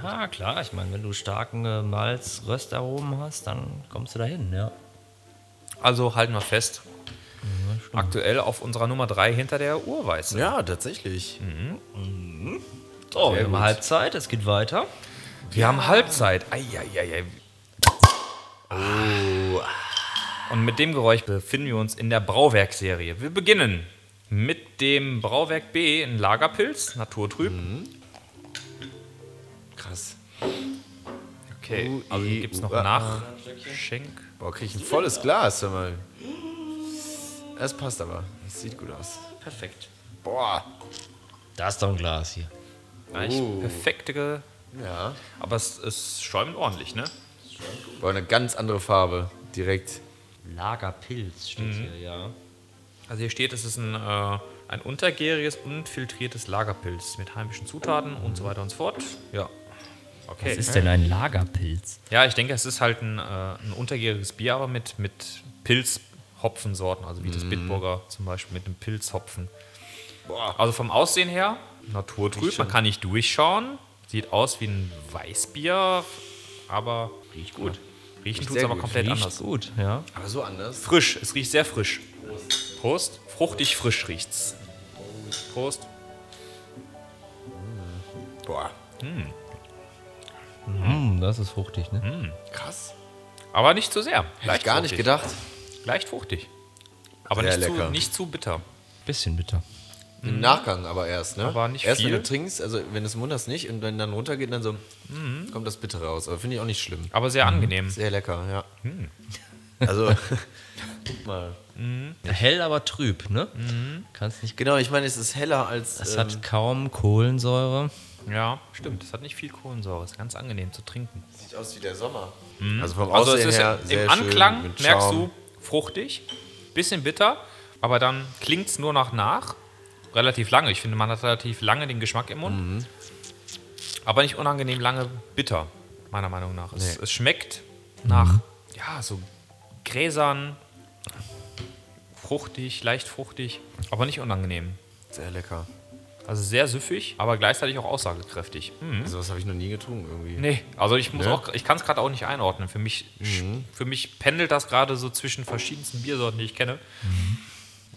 Ja, klar, ich meine, wenn du starken äh, Malz-Röstaromen hast, dann kommst du dahin, ja. Also halten wir fest. Aktuell auf unserer Nummer 3 hinter der Urweiße. Ja, tatsächlich. Hm. So, wir Sehr haben gut. Halbzeit, es geht weiter. Wir haben Halbzeit. Eieiei. Ah. Und mit dem Geräusch befinden wir uns in der Brauwerkserie. Wir beginnen mit dem Brauwerk B in Lagerpilz, Naturtrüb. Mhm. Krass. Okay, U, also I, gibt es noch U, A. Nachschenk. Boah, krieg ich ein volles Glas, hör mal. Es passt aber. Es sieht gut aus. Perfekt. Boah. Da ist doch ein Glas hier. Eigentlich perfekte. Ge- Ja. Aber es, es schäumt ordentlich, ne? Boah, eine ganz andere Farbe. Direkt. Lagerpilz steht hier, ja. Also hier steht, es ist ein, äh, ein untergäriges und filtriertes Lagerpilz mit heimischen Zutaten und so weiter und so fort. Ja. Okay. Was ist denn ein Lagerpilz? Ja, ich denke, es ist halt ein, äh, ein untergäriges Bier, aber mit, mit Pilz-Hopfensorten, also wie das Mhm. Bitburger zum Beispiel mit einem Pilzhopfen. Also vom Aussehen her, naturtrüb, man kann nicht durchschauen. Sieht aus wie ein Weißbier, aber riecht gut. Riechen tut es sehr aber gut. komplett anders. gut, ja. Aber so anders. Frisch, es riecht sehr frisch. Prost. Fruchtig frisch riecht's. Prost. Boah, Mm, das ist fruchtig, ne? krass. Aber nicht zu sehr. Hätte ich gar nicht fruchtig. gedacht. Leicht fruchtig. Aber Sehr nicht zu, lecker. nicht zu bitter. Bisschen bitter. Im Nachgang aber erst, ne? Aber nicht erst viel. wenn du trinkst, also wenn du es im Mund hast nicht und wenn dann runtergeht, dann so Mhm. kommt das Bittere raus. Aber finde ich auch nicht schlimm. Aber sehr angenehm. Sehr lecker, ja. Mhm. Also mal. Hell, aber trüb, ne? Mhm. Kannst nicht. Genau, ich meine, es ist heller als Es ähm, hat kaum Kohlensäure. Ja, stimmt. Es hat nicht viel Kohlensäure. Ist ganz angenehm zu trinken. ähm, sieht aus wie der Sommer. Also vom Also Aussehen es ist her sehr im schön, Anklang, mit merkst Schaum. du, fruchtig, bisschen bitter, aber dann klingt es nur noch nach. Relativ lange. Ich finde, man hat relativ lange den Geschmack im Mund. Mhm. Aber nicht unangenehm lange bitter, meiner Meinung nach. Es, Nee. Mhm. es schmeckt nach, ja, so Gräsern, fruchtig, leicht fruchtig, aber nicht unangenehm. Sehr lecker. Also sehr süffig, aber gleichzeitig auch aussagekräftig. Mhm. Also was habe ich noch nie getrunken irgendwie. Nee, also ich muss Ne? Mhm. auch, ich kann es gerade auch nicht einordnen. Für mich, sch- für mich pendelt das gerade so zwischen verschiedensten Biersorten, die ich kenne. Mhm.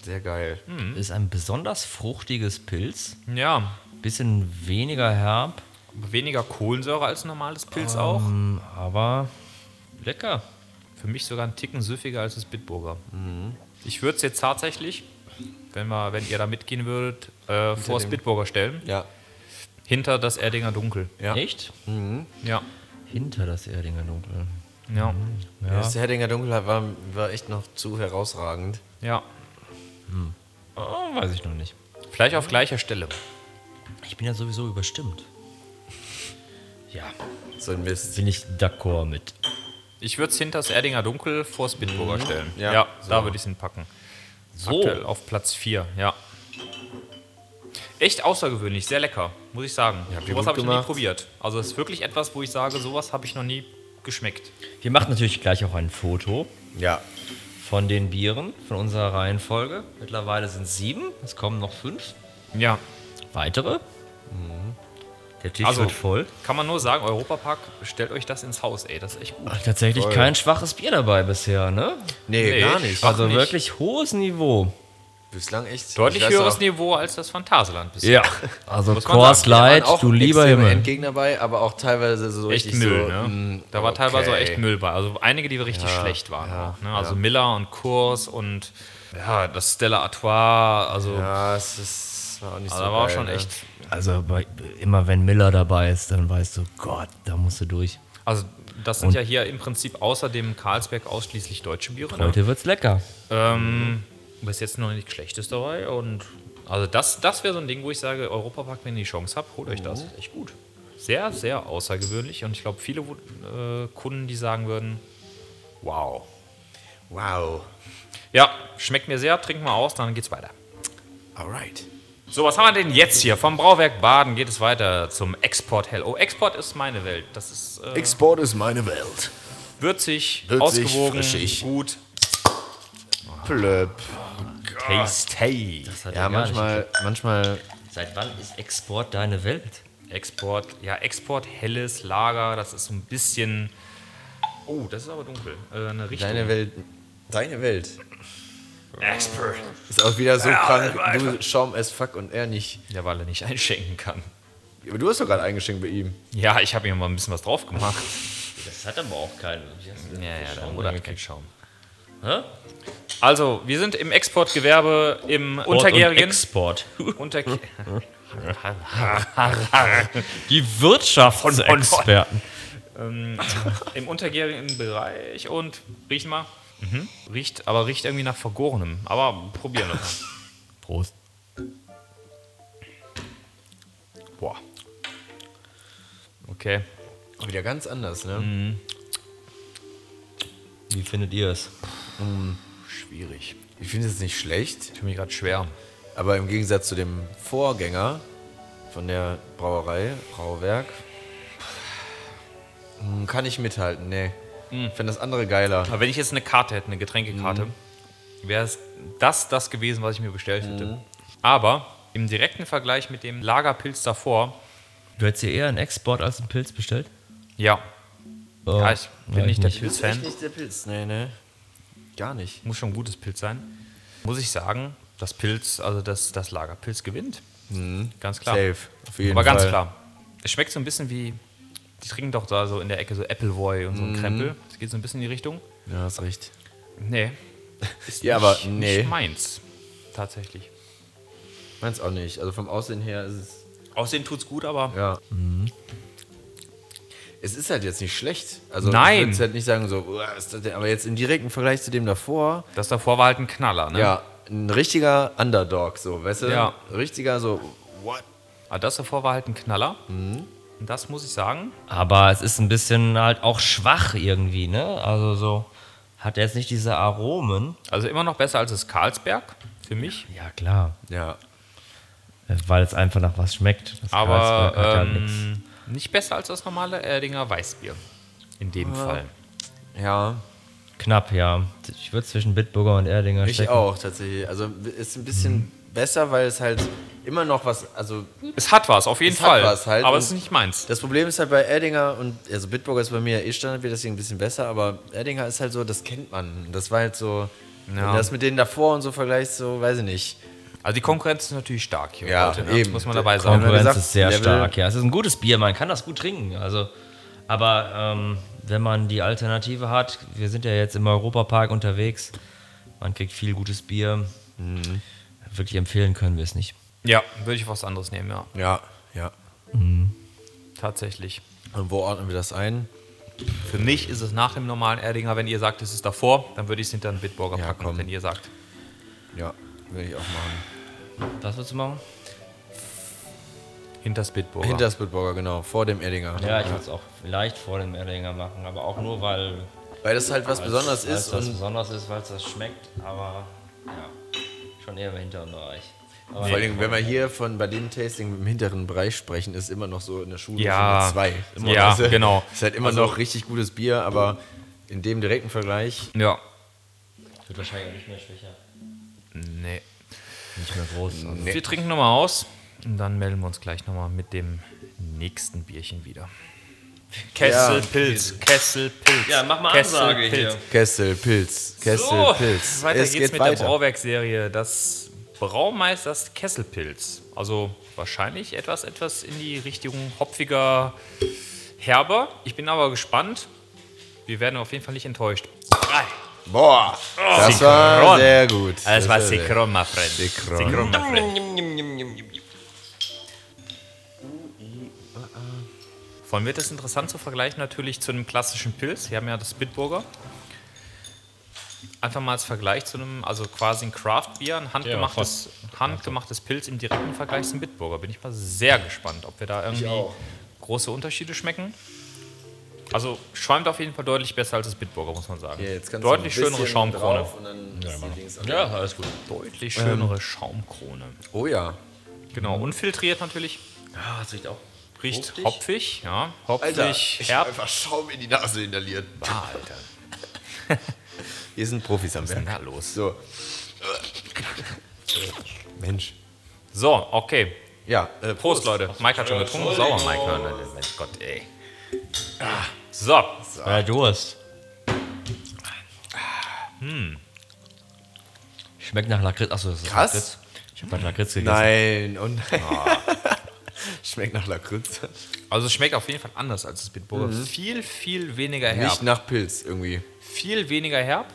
Sehr geil. Ist ein besonders fruchtiges Pilz. Ja, Bisschen weniger herb, weniger Kohlensäure als ein normales Ähm, Pilz auch. mm, aber lecker. Für mich sogar einen Ticken süffiger als das Bitburger. Mhm. Ich würde es jetzt tatsächlich, wenn, wir, wenn ihr da mitgehen würdet, äh, vor das dem- Bitburger stellen. Ja. Hinter das Erdinger Dunkel. Ja. Mhm. Echt? Ja. Hinter das Erdinger Dunkel. Ja. Ja. Das Herdinger Dunkelheit war, war echt noch zu herausragend. ja. Oh, weiß ich noch nicht. Vielleicht auf gleicher Stelle. Ich bin ja sowieso überstimmt. Ja, So ein Mist. bin ich d'accord mit. Ich würde es hinter das Erdinger Dunkel vor das Bitburger stellen. Ja, Mhm. Ja, da so. würde ich es hinpacken. So. Aktuell auf Platz 4, ja. Echt außergewöhnlich, sehr lecker, muss ich sagen. habt ihr sowas gut habe ich noch nie gemacht. probiert. Also es ist wirklich etwas, wo ich sage, sowas habe ich noch nie geschmeckt. Wir machen natürlich gleich auch ein Foto Ja. von den Bieren, von unserer Reihenfolge. Mittlerweile sind es sieben, es kommen noch fünf. Ja, Weitere? Mhm. Der Tisch Also- wird voll. kann man nur sagen, Europapark, stellt euch das ins Haus, ey, das ist echt gut. Tatsächlich Voll. kein schwaches Bier dabei bisher, ne? Nee, Nee, gar nicht. Schwach also nicht. wirklich hohes Niveau. Bislang echt. Deutlich ich weiß höheres auch, Niveau als das Phantasialand bisher. Ja. Also Muss man Coors sagen, wir waren Light, auch du lieber extreme Himmel. Endgegner dabei, aber auch teilweise so Echt richtig Müll, so, ne? mm, da war teilweise auch okay. echt Müll bei. Also einige, die richtig schlecht waren. ja, auch, ne? Also Miller und Kurs und ja, das Stella Artois, also Ja, es ist, war auch nicht Also so da war geil, schon ne? echt. Also bei, immer wenn Miller dabei ist, dann weißt du, Gott, da musst du durch. Also das sind ja hier im Prinzip außer dem Karlsberg ausschließlich deutsche Biere. Ne? Heute wird's lecker. Ähm, bis jetzt noch nichts Schlechtes dabei und also das, das wäre so ein Ding, wo ich sage, Europapark, wenn ihr die Chance habt, holt euch Mhm. das. Echt gut. Sehr, sehr außergewöhnlich und ich glaube, viele äh, Kunden, die sagen würden, wow. Wow. Ja, schmeckt mir sehr, trinken wir aus, dann geht's weiter. Alright. So, was haben wir denn jetzt hier? Vom Brauwerk Baden geht es weiter zum Export Hell. Oh, Export ist meine Welt. Das ist äh, Export ist meine Welt. würzig, Würzig, ausgewogen, frischig. gut. Plöpp. Tasty. Ja, manchmal, manchmal Seit wann ist Export deine Welt? Export, ja, Export, helles Lager, das ist so ein bisschen. Oh, das ist aber dunkel. Äh, eine Richtung. deine Welt. Deine Welt. Expert. Ist auch wieder so Ja, das war krank. einfach- Du Schaum as fuck und er nicht. Ja, weil er nicht einschenken kann. Aber du hast doch gerade eingeschenkt bei ihm. Ja, ich habe ihm mal ein bisschen was drauf gemacht. Das hat aber auch keinen. ja, ja, der Bruder hat keinen Schaum. Hä? Also, wir sind im Exportgewerbe, im Untergärigen. Export. Unter Die Wirtschaftsexperten. ähm, Im untergärigen Bereich und riechen mal. Mhm. Riecht, aber riecht irgendwie nach Vergorenem. Aber probieren wir mal. Prost. Boah. Okay. Mhm. Wieder ganz anders, ne? Wie findet ihr es? Hm, Schwierig. Ich finde es nicht schlecht, Ich fühle mich gerade schwer. aber im Gegensatz zu dem Vorgänger von der Brauerei, Brauwerk, hm, kann ich mithalten, nee. Mhm. Ich finde das andere geiler. Aber wenn ich jetzt eine Karte hätte, eine Getränkekarte, wäre es das das gewesen, was ich mir bestellt hätte. Aber im direkten Vergleich mit dem Lagerpilz davor, Du hättest dir eher einen Export als einen Pilz bestellt? ja, Oh, ja ich bin ja, nicht der Du bist echt Pilzfan. nicht der Pilz, nee, nee. Gar nicht. Muss schon ein gutes Pilz sein. Muss ich sagen, das Pilz, also das, das Lagerpilz gewinnt. Ganz klar. Mhm. Safe, auf jeden Aber ganz Fall. klar. Es schmeckt so ein bisschen wie, die trinken doch da so in der Ecke so Appleboy und so Mhm. ein Krempel. Es geht so ein bisschen in die Richtung. Ja, hast recht. Nee. Ist Ja, aber nicht, nee. nicht meins. Tatsächlich. Meins auch nicht. Also vom Aussehen her ist es. Aussehen tut's gut, aber Ja. Mhm. Es ist halt jetzt nicht schlecht. Also Nein. Ich würde halt nicht sagen, so, "Uah, ist das denn? aber jetzt im direkten Vergleich zu dem davor, das davor war halt ein Knaller, ne? ja, ein richtiger Underdog, so, weißt du? Ja. Richtiger, so, what? Aber das davor war halt ein Knaller. Mhm. Und das muss ich sagen. Aber es ist ein bisschen halt auch schwach irgendwie, ne? Also so hat er jetzt nicht diese Aromen. Also immer noch besser als das Karlsberg für mich. Ja, klar. Ja. Weil es einfach nach was schmeckt. Das Aber Karlsberg hat ja nix. ähm, nicht besser als das normale Erdinger Weißbier. In dem Fall. Ja, knapp, ja. Ich würde zwischen Bitburger und Erdinger ich stecken. auch tatsächlich. Also ist ein bisschen Mhm. besser, weil es halt immer noch was, also Es hat was, auf jeden Es hat Fall. was halt aber und- es ist nicht meins. Das Problem ist halt bei Erdinger und also Bitburger ist bei mir ja eh Standard, wird deswegen ein bisschen besser, aber Erdinger ist halt so, das kennt man. Das war halt so, wenn du das mit denen davor und so vergleichst, so weiß ich nicht. Also die Konkurrenz ist natürlich stark hier Ja, heute. Ne? eben. Muss man dabei Komm, sagen. Haben wir Konkurrenz gesagt, ist sehr Level- stark, ja. Es ist ein gutes Bier, man kann das gut trinken. Also, aber ähm, wenn man die Alternative hat, wir sind ja jetzt im Europapark unterwegs, man kriegt viel gutes Bier. Mhm. Wirklich empfehlen können wir es nicht. Ja, würde ich was anderes nehmen, ja. Ja, ja. Tatsächlich. Und wo ordnen wir das ein? Für mich ist es nach dem normalen Erdinger, wenn ihr sagt, es ist davor, dann würde ich es hinter einen Bitburger Ja, packen, komm. wenn ihr sagt. Ja, würde ich auch machen. Was willst du machen? Hinter das Bitburger. Hinter das Bitburger, genau, vor dem Erdinger. Ja, ich würde es auch vielleicht vor dem Erdinger machen, aber auch nur, weil Weil das halt was Besonderes weil es ist das und besonders ist, weil es das schmeckt, aber ja, schon eher im hinteren Bereich. Aber vor allem, wenn wir hier von bei dem Tasting im hinteren Bereich sprechen, ist immer noch so in der Schule Ja. schon eine zwei. Ja, weißt du? genau. Ist halt immer noch richtig gutes Bier, aber in dem direkten Vergleich ja. wird wahrscheinlich auch nicht mehr schwächer. Nee. Nicht mehr groß. Also. Wir trinken nochmal aus und dann melden wir uns gleich nochmal mit dem nächsten Bierchen wieder. Kesselpilz, Kesselpilz. Ja, mach mal Kessel, Ansage Pilz. hier. Kessel, Pilz, Kessel, So, Pilz. weiter es geht's geht mit der weiter. Brauwerkserie. Das Braumeisters Kesselpilz. Also wahrscheinlich etwas, etwas in die Richtung hopfiger Herber. Ich bin aber gespannt. Wir werden auf jeden Fall nicht enttäuscht. Drei. Boah, das war Sikron. sehr gut. Oh, Das war sehr- Sikron, my friend. Sikron. my friend. Vor allem wird es interessant zu vergleichen natürlich zu einem klassischen Pilz. Wir haben ja das Bitburger. Einfach mal als Vergleich zu einem, also quasi ein Craft-Bier, ein handgemachtes, handgemachtes Pilz im direkten Vergleich zum Bitburger. Bin ich mal sehr gespannt, ob wir da irgendwie große Unterschiede schmecken. Also schäumt auf jeden Fall deutlich besser als das Bitburger, muss man sagen. Ja, jetzt kannst du ein deutlich schönere bisschen Schaumkrone. drauf und dann ist die Dings an. Ja, alles gut. Deutlich schönere Schaumkrone. Oh ja. Genau, unfiltriert natürlich. Ah, das riecht auch. Riecht Fruchtig? hopfig, ja. Hopfig, Alter, ich hab herb. einfach Schaum in die Nase inhaliert. Ah, Alter, Wir sind Profis am was ist denn Werk. da los? So. Mensch. So, okay. Ja, äh, Prost, Leute. Mike hat schon getrunken. Sauer, Mike. Nein, nein, nein, mein Gott, ey. Ah, So, Bei Durst. Schmeckt nach Lakritz. Achso, das ist Krass. Lakritz. Ich habe Lakritz gegessen. Nein, und nein. Ah. Schmeckt nach Lakritz. also es schmeckt auf jeden Fall anders als das Bitburger. Viel, viel weniger herb. Nicht nach Pilz irgendwie. Viel weniger herb,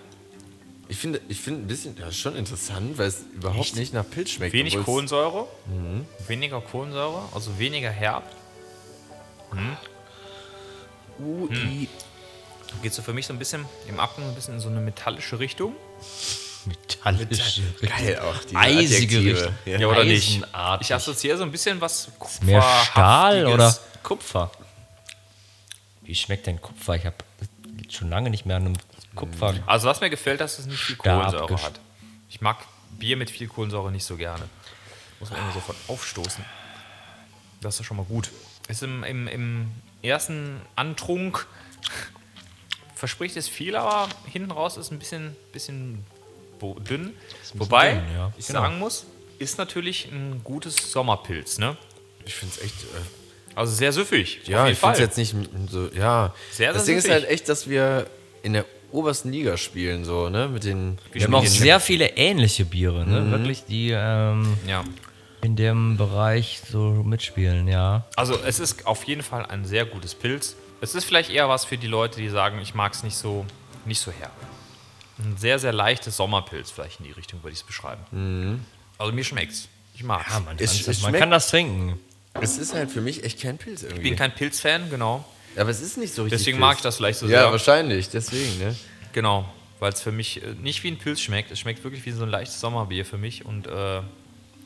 Ich finde ich finde ein bisschen, das ist schon interessant, weil es überhaupt nicht nach Pilz schmeckt. wenig obwohl es- Kohlensäure. Mhm. Weniger Kohlensäure, also weniger herb. Mhm. Ui. Hm. Geht so für mich so ein bisschen im Abgang so ein bisschen in so eine metallische Richtung. Metallisch. Geil auch die Eisige Adjektive. Richtung. Ja. Ja, oder nicht? Eisenartig. Ich assoziiere so ein bisschen was Mehr Stahl Kupferhaftiges. oder Kupfer? Wie schmeckt denn Kupfer? Ich habe schon lange nicht mehr an einem Kupfer. Also was mir gefällt, dass es nicht viel Stark Kohlensäure gest- hat. Ich mag Bier mit viel Kohlensäure nicht so gerne. Muss man immer sofort aufstoßen. Das ist schon mal gut. Ist im, im, im ersten Antrunk verspricht es viel, aber hinten raus ist ein bisschen, bisschen bo- dünn. Wobei dünn, ja. ich Genau. sagen muss, ist natürlich ein gutes Sommerpilz. Ne? Ich finde es echt. Äh, Also sehr süffig. auf ja, jeden ich finde es Fall. jetzt nicht m- so. Ja. Sehr, sehr das Ding ist süffig. halt echt, dass wir in der obersten Liga spielen, so, ne? Mit den. Wir Wir haben auch Schmeckt- sehr viele ähnliche Biere, ne? Wirklich, die ähm, Ja. in dem Bereich so mitspielen, ja. Also es ist auf jeden Fall ein sehr gutes Pilz. Es ist vielleicht eher was für die Leute, die sagen, ich mag es nicht so, nicht so herb. Ein sehr, sehr leichtes Sommerpilz vielleicht in die Richtung würde ich es beschreiben. Mhm. Also mir schmeckt's. Ich mag's. Ah, man, Es- kann's- es man schmeckt- kann das trinken. Es ist halt für mich echt kein Pilz irgendwie. ich bin kein Pilzfan, genau. Aber es ist nicht so richtig. Deswegen Pilz. mag ich das vielleicht so Ja, sehr. wahrscheinlich, deswegen, ne? Genau. Weil es für mich äh, nicht wie ein Pilz schmeckt. Es schmeckt wirklich wie so ein leichtes Sommerbier für mich. Und äh,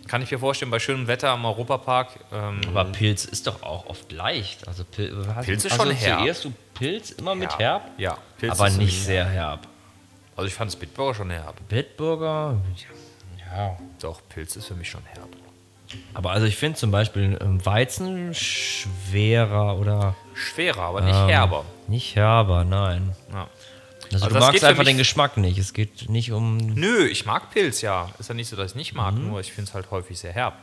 kann ich mir vorstellen, bei schönem Wetter am Europapark. Ähm, Aber Pilz ist doch auch oft leicht. Also Pil Pilz ist also schon herb. Zuerst du Pilz immer mit Ja. herb, Ja, Pilz aber ist nicht so- sehr herb. also ich fand das Bitburger schon herb. Bitburger, ja. Doch, Pilz ist für mich schon herb. Aber also ich finde zum Beispiel ähm, Weizen schwerer oder Schwerer, aber nicht ähm, herber. Nicht herber, nein. Ja. Also, Also du das geht magst für einfach mich- den Geschmack nicht. Es geht nicht um Nö, ich mag Pilz, ja. Ist ja nicht so, dass ich nicht mag, Mhm. nur ich finde es halt häufig sehr herb.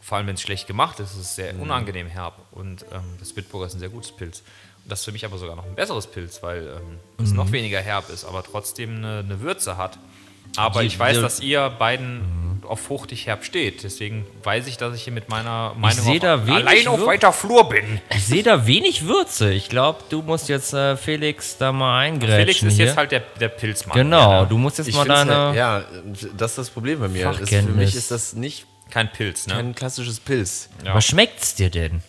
Vor allem, wenn es schlecht gemacht ist, ist es sehr Mhm. unangenehm herb. Und ähm, das Bitburger ist ein sehr gutes Pilz. Und das ist für mich aber sogar noch ein besseres Pilz, weil ähm, Mhm. es noch weniger herb ist, aber trotzdem eine, eine Würze hat. Aber Die- Mhm. ich weiß, die- dass ihr beiden auf fruchtig herb steht. Deswegen weiß ich, dass ich hier mit meiner seh Meinung da wenig allein auf Würze. weiter Flur bin. Ich sehe da wenig Würze. Ich glaube, du musst jetzt äh, Felix da mal eingrätschen. Felix ist hier. jetzt halt der, der Pilzmann. Genau, Ja, ne? du musst jetzt Ich mal find's deine. halt, ja, das ist das Problem bei mir. Das, für Fachkenntnis. mich mich ist ist das nicht Kein Pilz, ne? kein klassisches Pilz. Ja. Was schmeckt's dir denn?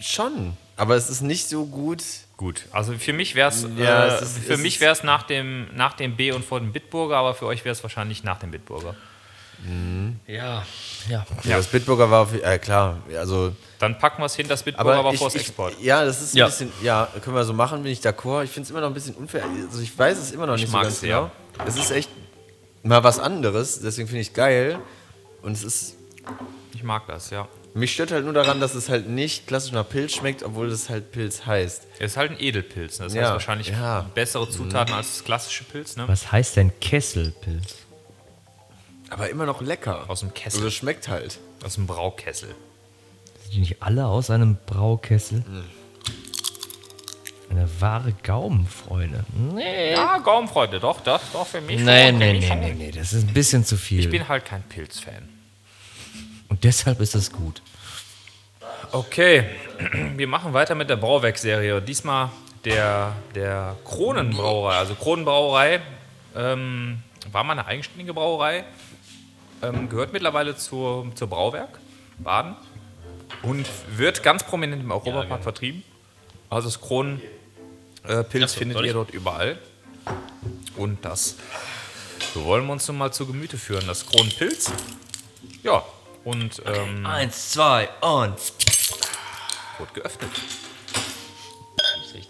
Schon, aber es ist nicht so gut. Gut, also für mich wäre es Ja, äh, es ist- für es mich ist- wäre es nach dem nach dem B und vor dem Bitburger, aber für euch wäre es wahrscheinlich nach dem Bitburger. Ja, ja. Ja, das Bitburger war, auf- äh, klar, also Dann packen wir es hin, das Bitburger Aber war ich, vors ich, Export. Ja, das ist ein Ja. bisschen, ja, können wir so machen, bin ich d'accord. Ich finde es immer noch ein bisschen unfair. Also ich weiß es immer noch nicht so mag's ganz sehr. genau. Es ist echt mal was anderes, deswegen finde ich geil. Und es ist, Ich mag das, ja. mich stört halt nur daran, dass es halt nicht klassisch nach Pilz schmeckt, obwohl es halt Pilz heißt. Es ist halt ein Edelpilz, ne? das Ja, heißt wahrscheinlich ja. Mhm. bessere Zutaten als das klassische Pilz, ne? Was heißt denn Kesselpilz? Aber immer noch lecker. Aus dem Kessel, Also es schmeckt halt. aus dem Braukessel. Sind die nicht alle aus einem Braukessel? Eine wahre Gaumenfreunde. Nee. Ja, Gaumenfreunde, doch, das doch für mich. Nee, schon, für nee, mich nee, schon. nee, nee, das ist ein bisschen zu viel. Ich bin halt kein Pilzfan. Und deshalb ist das gut. Okay, wir machen weiter mit der Brauwerk-Serie. Diesmal der, der Kronenbrauerei. Also Kronenbrauerei ähm, war mal eine eigenständige Brauerei, ähm, gehört mittlerweile zur, zur Brauwerk Baden und wird ganz prominent im Europapark genau. vertrieben. Also das Kronenpilz äh, Pilz so, findet soll ihr ich? dort überall. Und das so wollen wir uns nun mal zu Gemüte führen. Das Kronenpilz. Ja, und ähm, Eins, zwei und. wird geöffnet. Richtig.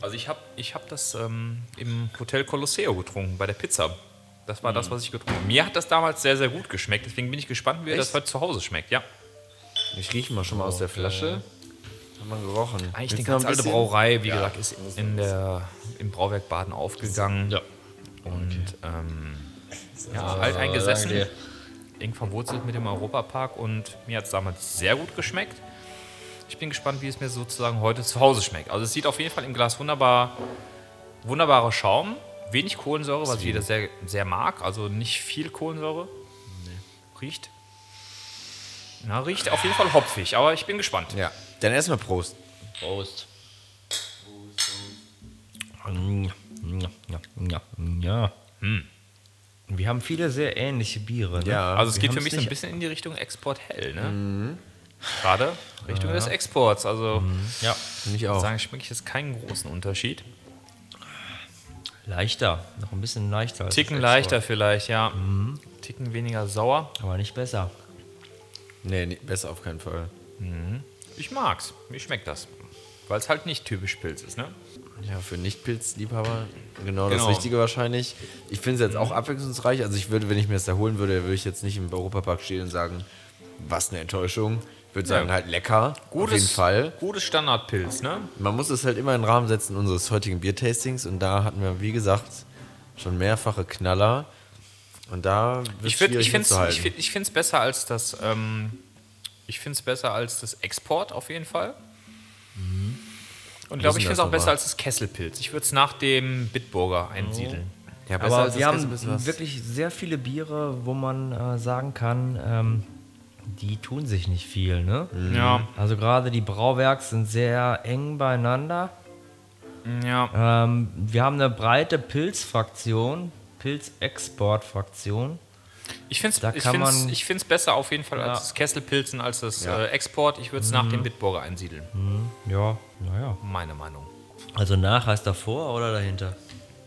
Also ich habe ich hab das ähm, im Hotel Colosseo getrunken, bei der Pizza. Das war das, was ich getrunken habe. Mir hat das damals sehr, sehr gut geschmeckt. Deswegen bin ich gespannt, wie ihr das Echt? heute zu Hause schmeckt. Ja. Ich rieche mal schon mal aus der Flasche. Haben wir gerochen. Eigentlich Willst eine du noch ganz ein alte bisschen? Brauerei, wie gesagt, ist in der, im Brauwerk Baden aufgegangen. Ja. Und ähm, ja, alt eingesessen. danke Eng verwurzelt mit dem Europapark und mir hat es damals sehr gut geschmeckt. Ich bin gespannt, wie es mir sozusagen heute zu Hause schmeckt. Also es sieht auf jeden Fall im Glas wunderbar, wunderbarer Schaum, wenig Kohlensäure, was jeder sehr, sehr mag, also nicht viel Kohlensäure. Riecht. Na, riecht auf jeden Fall hopfig, aber ich bin gespannt. Ja, dann erstmal Prost. Prost. Ja, ja, ja, ja. Hm. Wir haben viele sehr ähnliche Biere. Ne? Ja, Also es wir geht für haben's mich so ein nicht- bisschen in die Richtung Export hell, ne? Gerade Richtung des Exports. Also ja, finde ich ich würde auch. sagen, schmecke ich jetzt keinen großen Unterschied. Leichter, noch ein bisschen leichter. als Ticken das leichter vielleicht, ja. Ticken weniger sauer. Export. Aber nicht besser. Nee, nee, besser auf keinen Fall. Ich mag's. Mir schmeckt das. Weil es halt nicht typisch Pilz ist, ne? Ja, für Nicht-Pilz-Liebhaber genau, das Genau. Richtige wahrscheinlich. Ich finde es jetzt auch abwechslungsreich. Also ich würde, wenn ich mir das erholen würde, würde ich jetzt nicht im Europapark stehen und sagen, was eine Enttäuschung. Ich würde sagen, halt lecker. auf jeden Fall. Gutes Standardpilz, ne? Man muss es halt immer in den Rahmen setzen unseres heutigen Biertastings. Und da hatten wir, wie gesagt, schon mehrfache Knaller. Und da wird Ich, würd- schwierig ich finde es mitzuhalten. ich find, ich find's besser als das. Ähm, ich finde es besser als das Export auf jeden Fall. Und glaube denn ich, finde es das auch besser nochmal? als das Kesselpilz. Ich würde es nach dem Bitburger einsiedeln. ja, besser Aber als wir das Ganze haben bisschen was. wirklich sehr viele Biere, wo man äh, sagen kann, ähm, die tun sich nicht viel. Ne? Mhm. Ja, Also gerade die Brauwerks sind sehr eng beieinander. ja. Ähm, wir haben eine breite Pilzfraktion, Pilzexportfraktion. Ich finde Da es ich kann find's, man- ich find's besser auf jeden Fall Ja. als das Kesselpilzen, als das Ja. äh, Export. Ich würde es nach dem Bitburger einsiedeln. Ja, naja. Meine Meinung. Also nach heißt davor oder dahinter?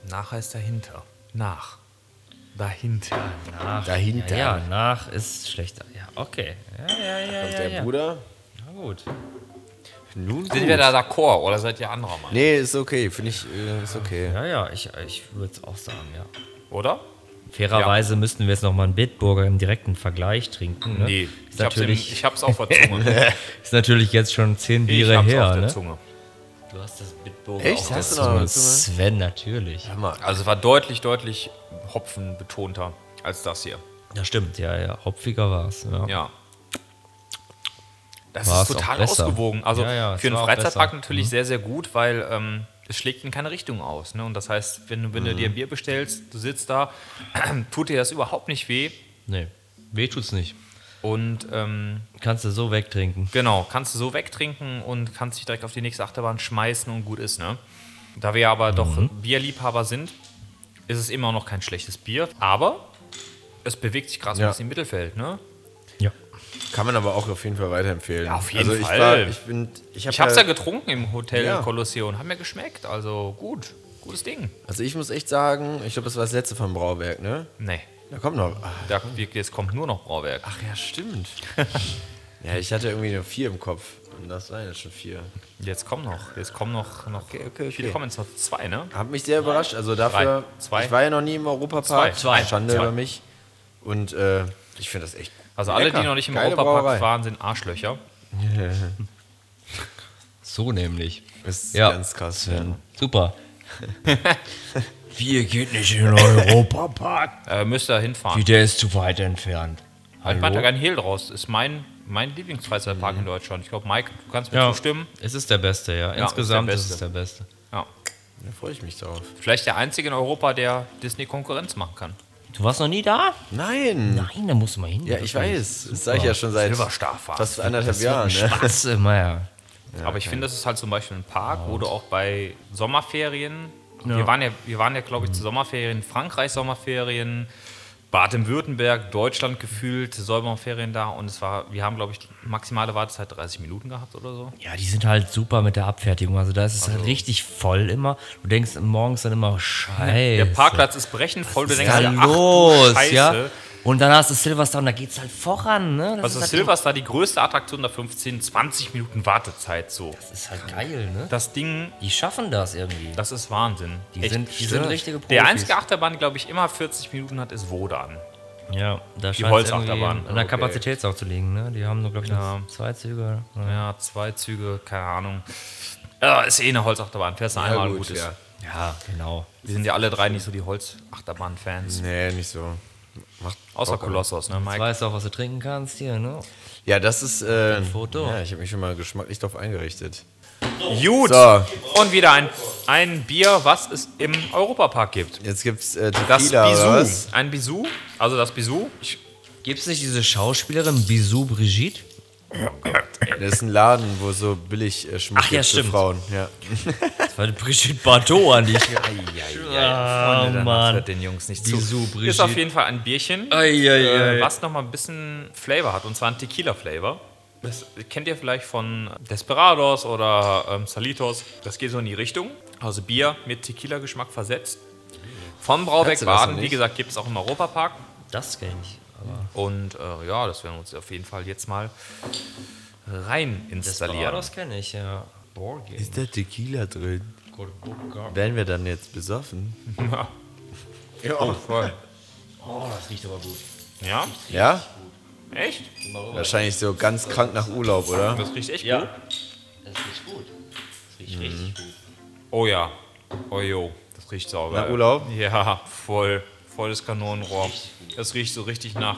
Nach heißt dahinter. Nach. Dahinter. Nach. Dahinter. Ja, ja, nach ist schlechter. Ja, okay. Ja, ja, ja, Und ja, der ja. Bruder? Na gut. Nun Sind gut. wir da d'accord oder seid ihr anderer Meinung? Nee, ist okay. Finde ich, äh, ist okay. Ja, ja, ich, ich würde es auch sagen, ja. Oder? Fairerweise müssten wir jetzt nochmal einen Bitburger im direkten Vergleich trinken. Ne? Nee. ist Ich hab's, im, natürlich, ich hab's auf der Zunge. ist natürlich jetzt schon zehn ich Biere hab's her. auf der Ne? Zunge. Du hast das Bitburger Echt? auf der Hast du noch eine Zunge. Zunge? Sven, natürlich. Hör mal, Also es war deutlich, deutlich hopfenbetonter als das hier. Das stimmt, ja, ja. Hopfiger war es. Ja. Ja. Das War's ist total auch besser. ausgewogen. Also Ja, ja, es für einen war auch Freizeitpark besser. Mhm. natürlich sehr, sehr gut, weil ähm, es schlägt in keine Richtung aus. Ne? Und das heißt, wenn, du- wenn du Mhm. dir ein Bier bestellst, du sitzt da, tut dir das überhaupt nicht weh. Nee, weh tut's nicht. Und ähm, Kannst du so wegtrinken. Genau, kannst du so wegtrinken und kannst dich direkt auf die nächste Achterbahn schmeißen und gut ist, ne? Da wir aber doch Mhm. Bierliebhaber sind, ist es immer noch kein schlechtes Bier, aber es bewegt sich gerade so Ja. ein bisschen im Mittelfeld, ne? Ja. Kann man aber auch auf jeden Fall weiterempfehlen. Ja, auf jeden also ich Fall. War, ich bin, ich hab Ich hab's ja ja, getrunken im Hotel Äh, Ja. Kolosseum, hat mir geschmeckt, also gut, gutes Ding. also ich muss echt sagen, ich glaube, das war das letzte vom Brauwerk, ne? Nee, Da kommt noch. ah. Ach, da, jetzt kommt nur noch Brauwerk. ach ja, stimmt. ja, ich hatte irgendwie nur vier im Kopf. Und das waren jetzt schon vier. Jetzt kommen noch, jetzt kommen noch, noch viele okay. kommen jetzt noch zwei, ne? Hat mich sehr überrascht. Also dafür, Drei. Zwei. ich war ja noch nie im Europapark. Zwei. Zwei. Schande Zwei. über mich. Und äh, ich finde das echt. Also alle, lecker. die noch nicht im Geile Europapark Brauerei. waren, sind Arschlöcher. So nämlich. Ist Ja. ganz krass. Ja. Super. Wir geht nicht in den Europapark. Äh, müsst ihr hinfahren. Der ist zu weit entfernt. Ich meinte da gar nicht Hehl draus. Ist mein, mein Lieblingsfreizeitpark Mhm. in Deutschland. Ich glaube, Mike, du kannst mir ja. zustimmen. Es ist der Beste, ja. Ja, Insgesamt ist ist, der es der Beste. Ja. Da freue ich mich drauf. Vielleicht der einzige in Europa, der Disney Konkurrenz machen kann. Du warst noch nie da? Nein! Nein, da musst du mal hin. Ja, ich weiß. Das sage ich ja schon seit Silverstarfahren. fast anderthalb Jahren. Ne? Spaß immer, ja. Aber ich finde, das ist halt zum Beispiel ein Park, wo du auch bei Sommerferien, wir waren ja, wir waren ja glaube Mhm. ich, zu Sommerferien, Frankreich Sommerferien, Baden-Württemberg, Deutschland gefühlt, Sommerferien da und es war, wir haben, glaube ich, die maximale Wartezeit 30 Minuten gehabt oder so. Ja, die sind halt super mit der Abfertigung. Also da ist es halt richtig voll immer. Du denkst morgens dann immer, scheiße. Der Parkplatz ist brechend voll, du ist denkst, da dir, ach du los, Scheiße. ja. Und dann hast du Silverstone, da geht's halt voran, ne? Das Also halt Silverstar, die größte Attraktion der 15, 20 Minuten Wartezeit so. Das ist halt geil, ne? Das Ding, Die schaffen das irgendwie. das ist Wahnsinn. Die sind- die sind richtige Profis. Der einzige Achterbahn, die, glaube ich, immer 40 Minuten hat, ist Wodan. Ja, da die Holzachterbahn. An der Okay. Kapazität auch zu liegen, ne? Die haben nur, glaube ich, Ja. noch zwei Züge. ne? Ja. Ja, zwei Züge, keine Ahnung. Ja, ist eh eine Holzachterbahn. Fährst du einmal gut, gut, ist. ja. ja, genau. Wir sind ja alle drei nicht so die Holzachterbahn-Fans. Nee, nicht so. Macht Außer Bock, aber- Kolossos, ne, Jetzt Mike? weißt du auch, was du trinken kannst hier, ne? Ja, das ist. Äh, Foto. Ja, ich habe mich schon mal geschmacklich drauf eingerichtet. Gut. So. Und wieder ein, ein Bier, was es im Europapark gibt. Jetzt gibt's äh, Das Tequila oder was? Bisou. Ein Bisou, also das Bisou. Ich, Gibt's nicht diese Schauspielerin Bisou Brigitte? Das ist ein Laden, wo so billig äh, Schmuck Ach ja, gibt für stimmt. Frauen. Ja. Das war die Brigitte Bardot an die ich Freunde, danach Mann. hört den Jungs nicht Bisou, zu. Ist Brigitte. auf jeden Fall ein Bierchen, äh, Eieiei. was nochmal ein bisschen Flavor hat, und zwar ein Tequila-Flavor. Das kennt ihr vielleicht von Desperados oder ähm, Salitos. Das geht so in die Richtung. Also Bier mit Tequila-Geschmack versetzt. Vom Brauwerk Kannst du das noch Baden, wie nicht? gesagt, gibt es auch im Europapark. Das kenne ich. Aber Und äh, ja, das werden wir uns auf jeden Fall jetzt mal rein installieren. kenne ich, ja. Borgin. Ist da Tequila drin? Werden wir dann jetzt besoffen? Ja. Oh, voll. Oh, das riecht aber gut. Ja? Ja? Echt? Wahrscheinlich so ganz krank nach Urlaub, oder? Das riecht echt gut. Ja. Das riecht gut. Das riecht richtig gut. Oh ja. Oh jo. Das riecht sauber. Nach Urlaub? Ja, voll. Volles Kanonenrohr. Das riecht so richtig nach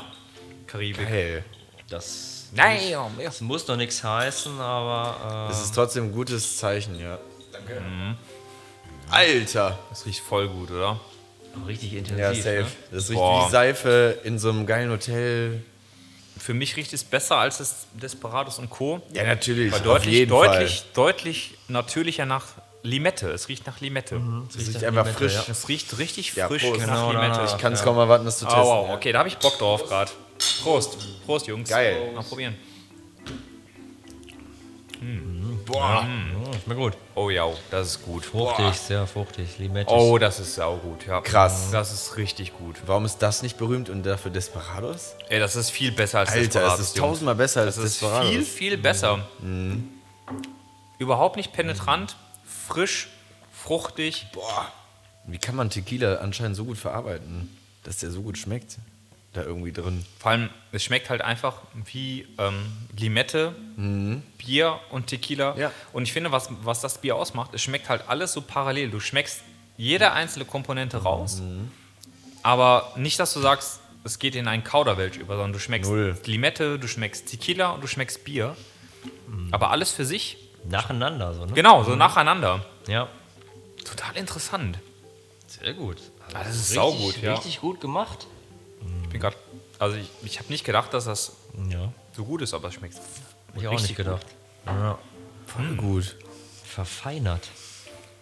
Karibik. Hey, Das, Nein, ja. das muss doch nichts heißen, aber. das ist trotzdem ein gutes Zeichen, ja. Danke. Alter! Das riecht voll gut, oder? Äh, richtig Ja, intensiv. safe. ne? Das riecht Boah. wie Seife in so einem geilen Hotel. Für mich riecht es besser als das Desperados und Co. Ja, natürlich. Weil Auf deutlich, jeden deutlich, Fall. deutlich natürlicher nach Limette. Es riecht nach Limette. Das riecht einfach frisch. Es riecht richtig Ja, frisch Prost. nach Mhm. Genau, Limette. danach. Ich kann es kaum erwarten, das zu testen. Oh, wow, okay, da habe ich Bock drauf gerade. Prost. Prost, Jungs. Geil. Mal probieren. Boah. Ja, schmeckt gut. Oh ja, das ist gut. Fruchtig, Boah. sehr fruchtig. Limettis. Oh, das ist saugut, ja. Krass. Das ist richtig gut. Warum ist das nicht berühmt und dafür Desperados? Ey, das ist viel besser als Alter, das Desperados, ist Mhm. Jungs. tausendmal besser als Das ist Desperados. viel, viel besser. Überhaupt nicht penetrant, frisch, fruchtig. Boah. Wie kann man Tequila anscheinend so gut verarbeiten, dass der so gut schmeckt? Da irgendwie drin. Vor allem, es schmeckt halt einfach wie ähm, Limette, Mhm. Bier und Tequila. Ja. Und ich finde, was, was das Bier ausmacht, es schmeckt halt alles so parallel. Du schmeckst jede einzelne Komponente raus, Mhm. aber nicht, dass du sagst, es geht in einen Kauderwelsch über, sondern du schmeckst Null. Limette, du schmeckst Tequila und du schmeckst Bier. Mhm. Aber alles für sich, Nacheinander, so, ne? genau, so nacheinander. Ja. Total interessant. Sehr gut. Ah, das ist richtig, saugut, ja. Richtig gut gemacht. Ich bin gerade, also ich, ich habe nicht gedacht, dass das Ja. so gut ist, aber es schmeckt Ich auch nicht richtig gedacht. Ja. Voll gut. Verfeinert.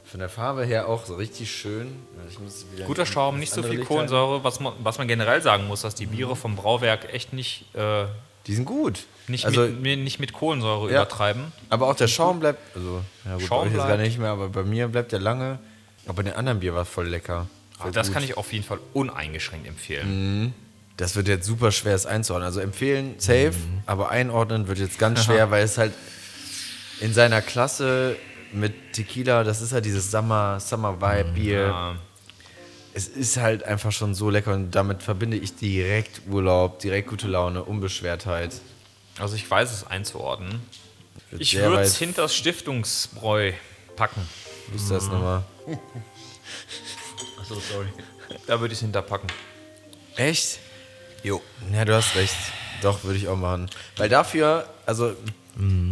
Von der Farbe her auch so richtig schön. Ich muss wieder Guter Schaum, nicht so Äh, andere viel Licht halt. Mhm. Kohlensäure, was man, was man generell sagen muss, dass die Biere vom Brauwerk echt nicht, äh, halten. Die sind gut. nicht, also, mit, mir- nicht mit Kohlensäure Ja. übertreiben. aber auch der Schaum bleibt. Also, ja gut, Schaum bei euch jetzt gar bleibt. nicht mehr, aber bei mir bleibt der lange. Aber bei den anderen Bier war es voll lecker. Voll das gut. Mhm. kann ich auf jeden Fall uneingeschränkt empfehlen. Das wird jetzt super schwer, es einzuordnen. Also empfehlen, safe, aber einordnen wird jetzt ganz schwer, weil es halt in seiner Klasse mit Tequila, das ist halt dieses Summer, Summer Vibe Bier. Ja. Es ist halt einfach schon so lecker und damit verbinde ich direkt Urlaub, direkt gute Laune, Unbeschwertheit. Also ich weiß es einzuordnen. Wird Ich sehr würde weit- es hinter das Stiftungsbräu packen. Wo ist das nochmal? Achso, sorry. Da würde ich es hinterpacken. Echt? Jo. Ja, du hast recht. Doch, würde ich auch machen. Weil dafür, also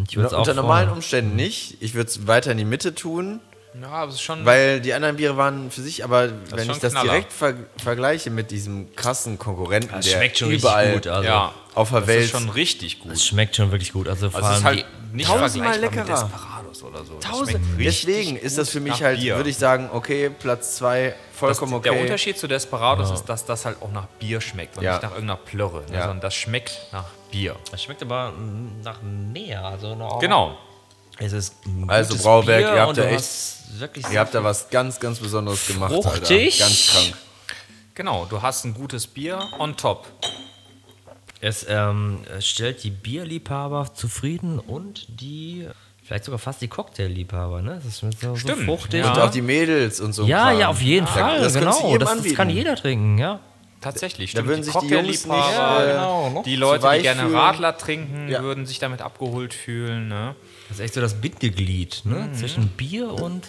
Ich würde es auch unter normalen vorne- Umständen nicht. Ich würde es weiter in die Mitte tun. Ja, aber es ist schon. Weil die anderen Biere waren für sich, aber wenn schon ich das Knaller. direkt ver vergleiche mit diesem krassen Konkurrenten, Das der schmeckt schon richtig überall gut, also. ja, auf der das Welt. ist schon richtig gut. Es schmeckt schon wirklich gut. Also vor Also es ist allem halt nicht tausendmal vergleichbar mit leckerer. Desperados oder so. Das Tausend- schmeckt richtig Deswegen ist das für nach mich halt, Bier. würde ich sagen, okay, Platz 2, Das, vollkommen okay. Genau. Der Unterschied zu Desperados ist, dass das halt auch nach Bier schmeckt und Ja. nicht nach irgendeiner Plörre, ne, Ja. Oh. sondern das schmeckt nach Bier. die, es schmeckt aber mm, nach mehr. Also nach, Genau. Es ist ein Also gutes Brauwerk, Bier ihr habt und ja du echt- hast wirklich Ihr habt da was ganz, ganz Besonderes gemacht, Fruchtig. Alter. Ganz krank. Genau, du hast ein gutes Bier on top. Es ähm, es stellt die Bierliebhaber zufrieden und die, vielleicht sogar fast die Cocktailliebhaber, ne? Das ist mit so, so Stimmt, fruchtig. ja. Und auch die Mädels und so. ein ja, Kram. ja, auf jeden Da- Fall. Das könntest du genau, jedem das, das anbieten. kann jeder trinken, ja. Tatsächlich, Da stimmt. würden sich die Jungs nicht, Cocktailliebhaber, äh, genau, ne? die Leute, zu die weich gerne fühlen. Radler trinken, Ja. würden sich damit abgeholt fühlen. Ne? Das ist echt so das Bindeglied, ne? Mhm. Zwischen Bier und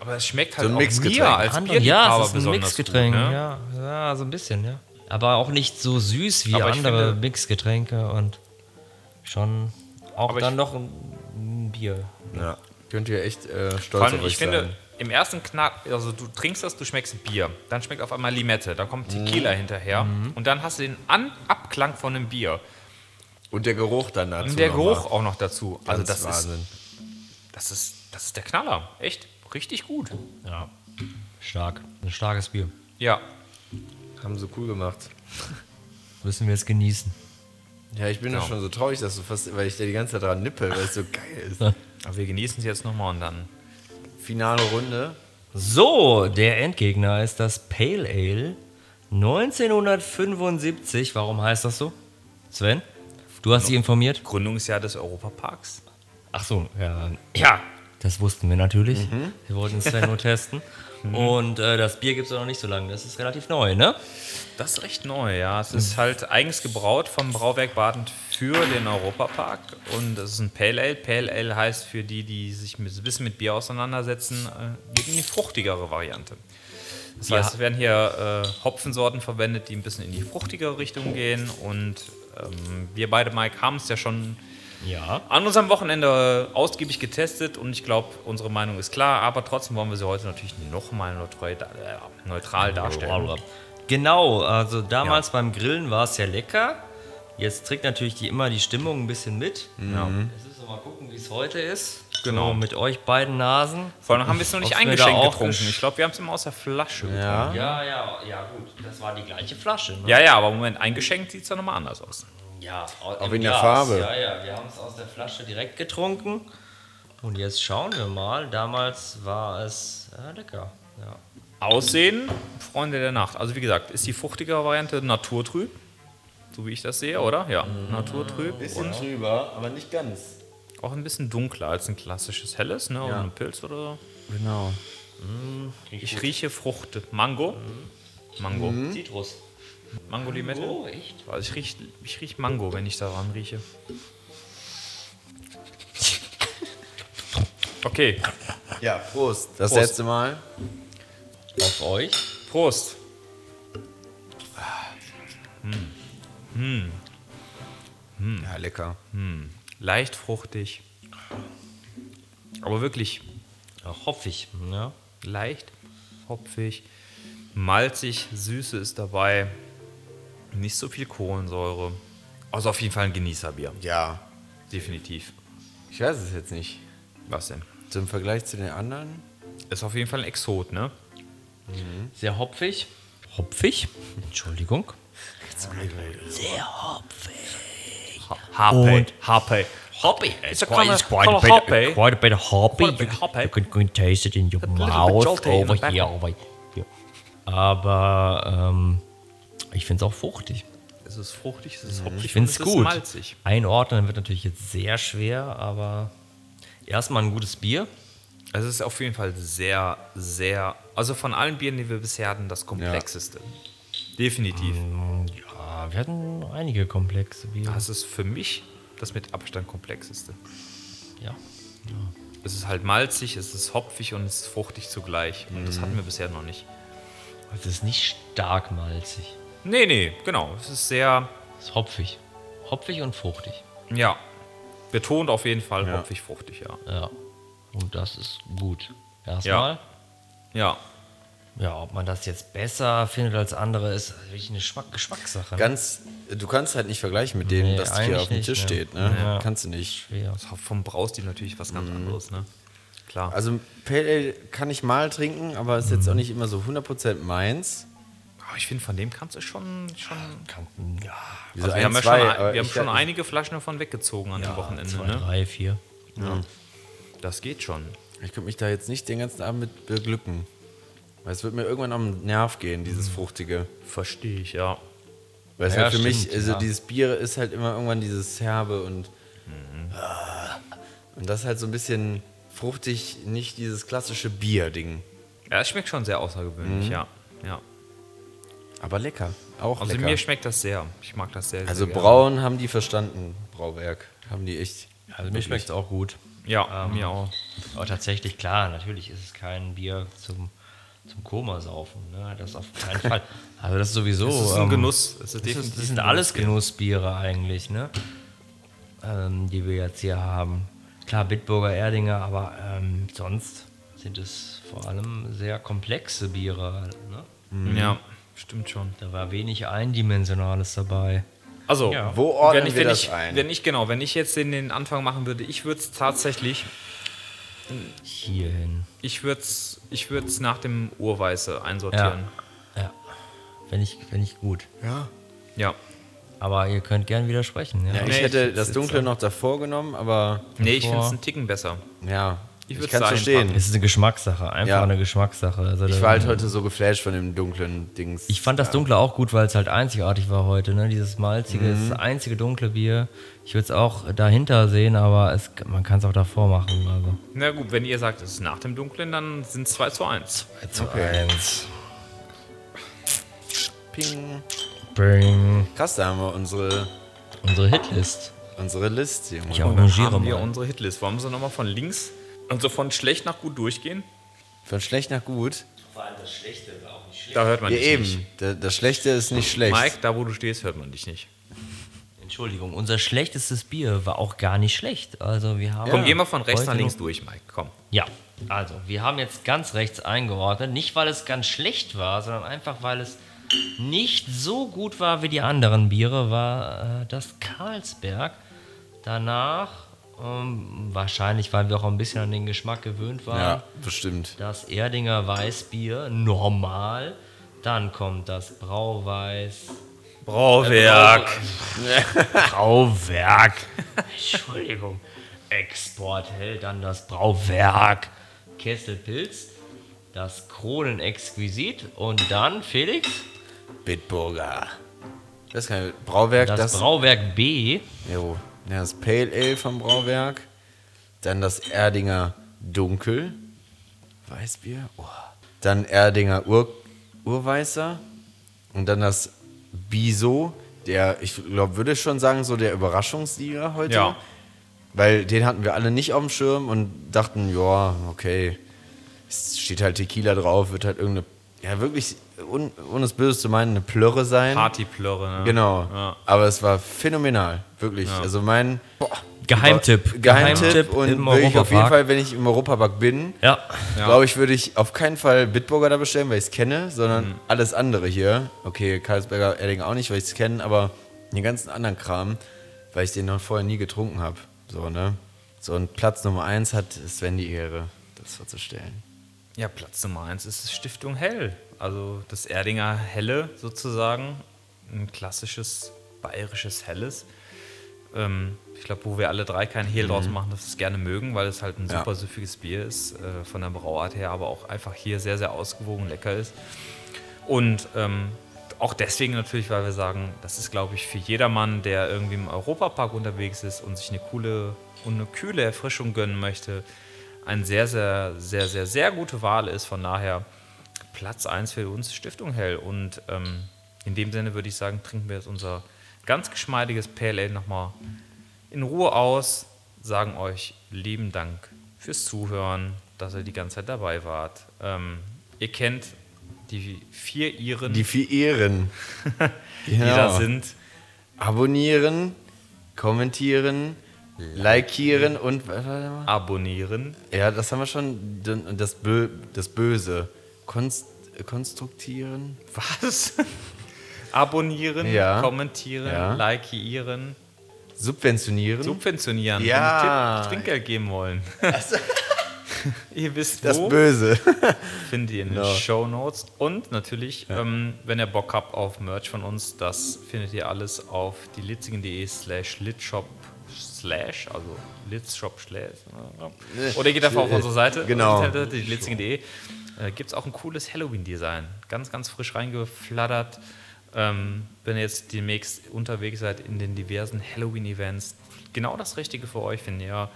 Aber es schmeckt halt ein auch Mixgetränk. mir als anderen. Ja, Bierliebhaber es ist ein besonders gut. Mixgetränk, Ne? ja. Ja, so ein bisschen, ja. Aber auch nicht so süß wie Aber ich andere finde- Mixgetränke und schon auch Aber ich- dann noch ein, ein Bier. Ja. Könnt ihr echt äh, stolz Vor auf allem, euch ich finde, sein. im ersten Knack, also du trinkst das, du schmeckst Bier, dann schmeckt auf einmal Limette, dann kommt Tequila Mhm. hinterher und dann hast du den An Abklang von einem Bier. Und der Geruch dann dazu. Und der nochmal. Geruch auch noch dazu. Also Ganz das ist, Wahnsinn. das, ist, das ist der Knaller. Echt richtig gut. Ja. Stark. Ein starkes Bier. Ja. Haben sie cool gemacht. Müssen wir jetzt genießen. Ja, ich bin ja schon so traurig, dass du fast, weil ich da die ganze Zeit dran nippe, weil es so geil ist. Aber wir genießen es jetzt nochmal und dann. Finale Runde. So, der Endgegner ist das Pale Ale 1975. Warum heißt das so? Sven, du hast dich informiert? Gründungsjahr des Europaparks. Ach so, ja. Ja, Das wussten wir natürlich. Mhm. Wir wollten es ja nur testen. Und äh, das Bier gibt es noch nicht so lange. Das ist relativ neu, ne? Das ist recht neu, ja. Es ist halt eigens gebraut vom Brauwerk Baden für den Europapark und es ist ein Pale Ale. Pale Ale heißt für die, die sich mit, ein bisschen mit Bier auseinandersetzen, äh, die fruchtigere Variante. Das heißt, es werden hier äh, Hopfensorten verwendet, die ein bisschen in die fruchtigere Richtung gehen und ähm, wir beide, Mike, haben es ja schon Ja. an unserem Wochenende äh, ausgiebig getestet und ich glaube, unsere Meinung ist klar, aber trotzdem wollen wir sie heute natürlich nochmal neutral, äh, neutral darstellen. Genau, also damals beim Grillen war es ja lecker. Jetzt trägt natürlich die, immer die Stimmung ein bisschen mit. Mhm. Ja. Jetzt müssen wir mal gucken, wie es heute ist. Genau. So, mit euch beiden Nasen. Vor allem haben wir es noch nicht Ob's mir da eingeschenkt auch getrunken. gesch- Ich glaube, wir haben es immer aus der Flasche getrunken. Ja. Ja, ja, ja, gut. Das war die gleiche Flasche. Ne? Ja, ja, aber Moment, eingeschenkt sieht es ja nochmal anders aus. Ja, Auch wegen der Farbe. Ja, ja, wir haben es aus der Flasche direkt getrunken. Und jetzt schauen wir mal. Damals war es äh, lecker. Ja. Aussehen, Freunde der Nacht. Also wie gesagt, ist die fruchtigere Variante naturtrüb, so wie ich das sehe, oder? Ja, naturtrüb Bisschen und drüber, aber nicht ganz. auch ein bisschen dunkler als ein klassisches helles, ne? Oder ein Pilz oder so. Genau. Hm, Ich rieche Frucht. Mango. Mango. Hm. Zitrus. Mango-Limette. Oh, echt? Also ich rieche ich riech Mango, wenn ich daran rieche. Okay, Ja, Prost. Das Prost. letzte Mal. Auf euch. Prost. Hm. Ja, lecker. Leicht fruchtig. Aber wirklich ne? Auch hopfig. Ja. leicht hopfig, malzig, Süße ist dabei. Nicht so viel Kohlensäure. Also auf jeden Fall ein Genießerbier. Ja. Definitiv. Ich weiß es jetzt nicht. Was denn? Zum Vergleich zu den anderen? Ist auf jeden Fall ein Exot, ne? Sehr hopfig. Hopfig? Entschuldigung. Hape. Hape. Hoppy. It's a quite- quite a bit- quite a bit of hoppy. Quite a bit You- hoppy. you can- taste it in your little bit mouth jolty in over the back. here, Aber ähm, ich finde es auch fruchtig. Es ist fruchtig, es ist hopfig. Mhm. Ich finde es und es gut. Ist malzig. Einordnen wird natürlich jetzt sehr schwer, aber erstmal ein gutes Bier. Es ist auf jeden Fall sehr, sehr. Also von allen Bieren, die wir bisher hatten, das komplexeste. Definitiv. Ja, Ah, wir hatten einige komplexe Bier. Das Ah, ist für mich das mit Abstand komplexeste. Ja. Es ist halt malzig, es ist hopfig und es ist fruchtig zugleich. Und das hatten wir bisher noch nicht. Es ist nicht stark malzig. Nee, nee, genau. Es ist sehr, Es ist hopfig. Hopfig und fruchtig. ja, betont auf jeden Fall hopfig, fruchtig, ja. Ja. Und das ist gut. Erstmal. Ja, Ja. ob man das jetzt besser findet als andere, ist wirklich eine Schmack Geschmackssache. Ganz, du kannst halt nicht vergleichen mit dem, Nee, das hier eigentlich auf dem nicht, Tisch ne. steht. Ne? Ja. Kannst du nicht. schwer. das hat vom Braustil natürlich was ganz anderes, ne? Klar. Also Pale Ale kann ich mal trinken, aber ist jetzt auch nicht immer so 100% meins. Aber Ah, ich finde, von dem kannst du schon. schon Kanten, ja. Also wir haben, ja zwei, schon, aber wir haben ich- schon einige Flaschen davon weggezogen an dem Wochenende, Zwei, ne? drei, vier. Das geht schon. Ich könnte mich da jetzt nicht den ganzen Abend mit beglücken. Weil es wird mir irgendwann am Nerv gehen, dieses Fruchtige. Verstehe ich, ja. Weil es Mhm. Ja, halt für mich, stimmt, also ja. dieses Bier ist halt immer irgendwann dieses Herbe und. Mhm. Ah. Und das ist halt so ein bisschen fruchtig, nicht dieses klassische Bier-Ding. Ja, es schmeckt schon sehr außergewöhnlich, ja. ja. Aber lecker. Auch Also lecker. mir schmeckt das sehr. Ich mag das sehr. sehr also gerne. Braun haben die verstanden, Brauwerk. Haben die echt. Also mir schmeckt es auch gut. Ja, mir auch. Aber tatsächlich, klar, natürlich ist es kein Bier zum, zum Komasaufen. Ne? Das auf keinen Fall. Also das ist sowieso. Es ist ein ähm, Genuss. Es Oh, ist Das, definitiv ist, das sind ein alles Genussbiere eigentlich, ne? Ähm, die wir jetzt hier haben. Klar, Bitburger Erdinger, aber ähm, sonst sind es vor allem sehr komplexe Biere. Ne? Ja, stimmt schon. Da war wenig Eindimensionales dabei. Also, Ja. Wo ordnen wenn ich, wir wenn das ich, ein? Wenn ich, genau, wenn ich jetzt den, den Anfang machen würde, ich würde es tatsächlich, Hierhin. ich würde es ich würd's nach dem Urweiße einsortieren. Ja. Wenn ich, wenn ich gut. Ja. Ja. Aber ihr könnt gern widersprechen. Ja. Ich Nee, hätte ich- das Dunkle noch davor genommen, aber Nee, ich Davor- finde es einen Ticken besser. ja, Ich, Ich würd's kann da verstehen. einpacken. Es ist eine Geschmackssache, einfach Ja. eine Geschmackssache. Also Ich da- war halt heute so geflasht von dem dunklen Dings. Ich fand das Dunkle auch gut, weil es halt einzigartig war heute. Ne? Dieses malzige, Mhm. das einzige dunkle Bier. Ich würde es auch dahinter sehen, aber es, man kann es auch davor machen. Also. Na gut, wenn ihr sagt, es ist nach dem Dunklen, dann sind es 2 zu 1. Okay. Eins. Ping. Bing. Krass, da haben wir unsere, Unsere Hitlist. unsere Liste. Junge. Ich haben arrangiere wir mal. unsere Hitlist. Wollen wir sie nochmal von links und so von schlecht nach gut durchgehen? Von schlecht nach gut. Da hört man Ja, dich nicht. eben. Da- Das Schlechte ist nicht schlecht. Mike, da wo du stehst, hört man dich nicht. Entschuldigung, unser schlechtestes Bier war auch gar nicht schlecht. Also wir haben Komm, geh mal von rechts Heute nach links noch- durch, Mike. Komm. Ja, also wir haben jetzt ganz rechts eingeordnet. Nicht, weil es ganz schlecht war, sondern einfach, weil es nicht so gut war wie die anderen Biere, war äh, das Karlsberg. Danach, ähm, wahrscheinlich, weil wir auch ein bisschen an den Geschmack gewöhnt waren, Ja, bestimmt. das Erdinger Weißbier, normal. Dann kommt das Brauweiß. Brauwerk. Brauwerk. Entschuldigung. Export hält dann das Brauwerk. Kesselpilz, das Kronenexquisit und dann Felix, Bitburger. Das ist kein Brauwerk. das, Das, Brauwerk B. jo. Ja, das Pale Ale vom Brauwerk. Dann das Erdinger Dunkel. Weißbier. Oh. Dann Erdinger Ur Urweißer. Und dann das Biso. Der, ich glaube, würde ich schon sagen, so der Überraschungssieger heute. Ja. Weil den hatten wir alle nicht auf dem Schirm und dachten, ja, okay, es steht halt Tequila drauf, wird halt irgendeine, ja wirklich, un, ohne es böse zu meinen, eine Plörre sein. Partyplörre. Ne? Genau. Ja. Aber es war phänomenal, wirklich. Also mein Geheimtipp. Geheimtipp und wirklich auf jeden Fall, wenn ich im Europapark bin, Ja, glaube ich, würde ich auf keinen Fall Bitburger da bestellen, weil ich es kenne, sondern alles andere hier. Okay, Karlsberger Erling auch nicht, weil ich es kenne, aber den ganzen anderen Kram, weil ich den noch vorher nie getrunken habe. So, ne? So, und Platz Nummer 1 hat Sven die Ehre, das vorzustellen. Ja, Platz Nummer eins ist Stiftung Hell. Also das Erdinger Helle sozusagen. Ein klassisches bayerisches Helles. Ähm, ich glaube, wo wir alle drei keinen Hehl draus machen, dass wir es gerne mögen, weil es halt ein Ja. super süffiges Bier ist. Äh, von der Brauart her, aber auch einfach hier sehr, sehr ausgewogen lecker ist. Und ähm, auch deswegen natürlich, weil wir sagen, das ist, glaube ich, für jedermann, der irgendwie im Europapark unterwegs ist und sich eine coole und eine kühle Erfrischung gönnen möchte, ein sehr, sehr, sehr, sehr, sehr gute Wahl ist. Von daher Platz 1 für uns Stiftung Hell. Und ähm, in dem Sinne würde ich sagen, trinken wir jetzt unser ganz geschmeidiges Pale Ale nochmal in Ruhe aus, sagen euch lieben Dank fürs Zuhören, dass ihr die ganze Zeit dabei wart. Ähm, ihr kennt die vier Iren, Die die, vier Ehren. genau. da sind. Abonnieren, kommentieren, likieren und was war der mal? Abonnieren. Ja, das haben wir schon. Dann- und Das, Bö das Böse. Konst konstruktieren. Was? Abonnieren, Ja. kommentieren, Ja. likeieren, Subventionieren. subventionieren Ja. Also und Tipp, Trinkgeld geben wollen. ihr wisst das wo. Böse. findet ihr in den Genau. Show Notes. Und natürlich, ähm, wenn ihr Bock habt auf Merch von uns, das findet ihr alles auf dielitzigen.de slash litshop slash, also litshop slash. Oder geht einfach auf unsere Seite, Genau. dielitzigen.de. Äh, Gibt es auch ein cooles Halloween-Design. Ganz, ganz frisch reingeflattert. Ähm, wenn ihr jetzt demnächst unterwegs seid in den diversen Halloween-Events, genau das Richtige für euch, wenn ihr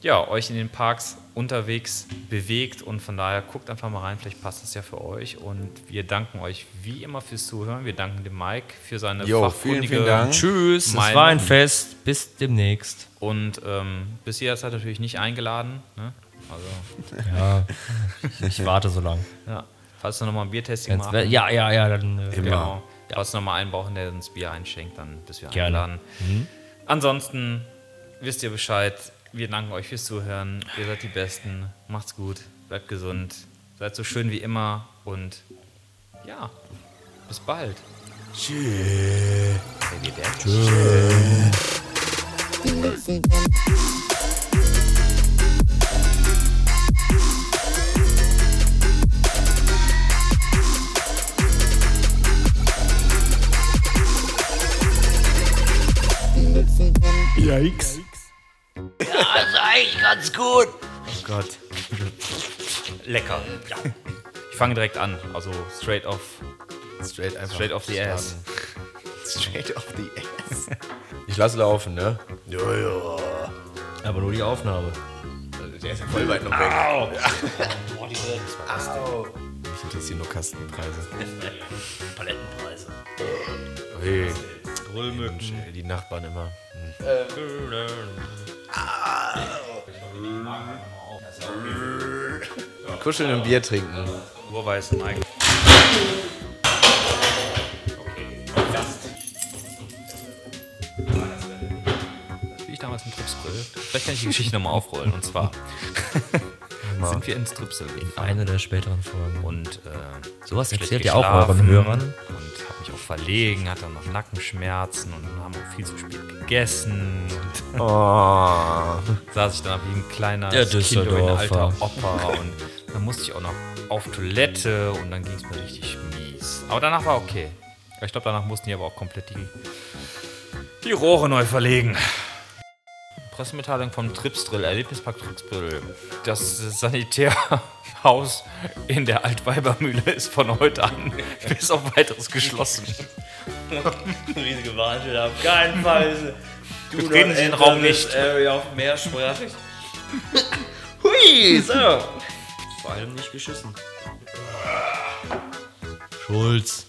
ja, euch in den Parks unterwegs bewegt und von daher guckt einfach mal rein, vielleicht passt das ja für euch und wir danken euch wie immer fürs Zuhören, wir danken dem Mike für seine Jo, vielen, fachkundige vielen Dank. tschüss, es Meinung. war ein Fest. Bis demnächst. und ähm, bisher ist er natürlich nicht eingeladen, ne? also Ja, ich warte so lange. ja, falls du nochmal ein Biertesting Jetzt, machst, wär- ja, ja, ja, dann. Äh, Immer. genau, falls du nochmal einen brauchen, der uns Bier einschenkt, dann bist du Gerne. eingeladen. Ansonsten wisst ihr Bescheid, wir danken euch fürs Zuhören, ihr seid die Besten, macht's gut, bleibt gesund, seid so schön wie immer und Ja, bis bald. Yikes. Das ist eigentlich ganz gut. Oh Gott. Lecker. Ja. Ich fange direkt an, also straight off. Straight einfach. Straight off the ass. Straight off the ass. Ich lasse laufen, ne? Ja, ja. Aber nur die Aufnahme. Der ist ja voll weit noch weg. Au! Mich interessieren nur Kastenpreise. Palettenpreise. Hey, Brüllmücken. die Nachbarn immer. Kuscheln und Bier trinken. Urweißen eigentlich. Wie ich damals mit Tripsgrill. Vielleicht kann ich die Geschichte nochmal aufrollen. Und zwar sind wir ins Tripsel gefahren. Eine der späteren Folgen. Und äh, Sowas schlecht erzählt ihr auch euren geschlafen Hörern? Und habe mich auch verlegen, hatte noch Nackenschmerzen und haben auch viel zu spät gegessen. Und Oh. saß ich dann wie ein kleiner Der Kind oder ein Düsseldorfer. alter Opa. Und dann musste ich auch noch auf Toilette und dann ging es mir richtig mies. Aber danach war okay. Ich glaube, danach mussten die aber auch komplett die, die Rohre neu verlegen. Pressemitteilung vom Tripsdrill, Erlebnispark Tripsdrill. Das Sanitärhaus in der Altweibermühle ist von heute an bis auf weiteres geschlossen. Riesige Warnschilder, auf keinen Fall. Du Betreten Sie den Raum nicht. Area äh, auf mehrsprachig. Hui! So. Vor allem nicht geschissen. Schulz.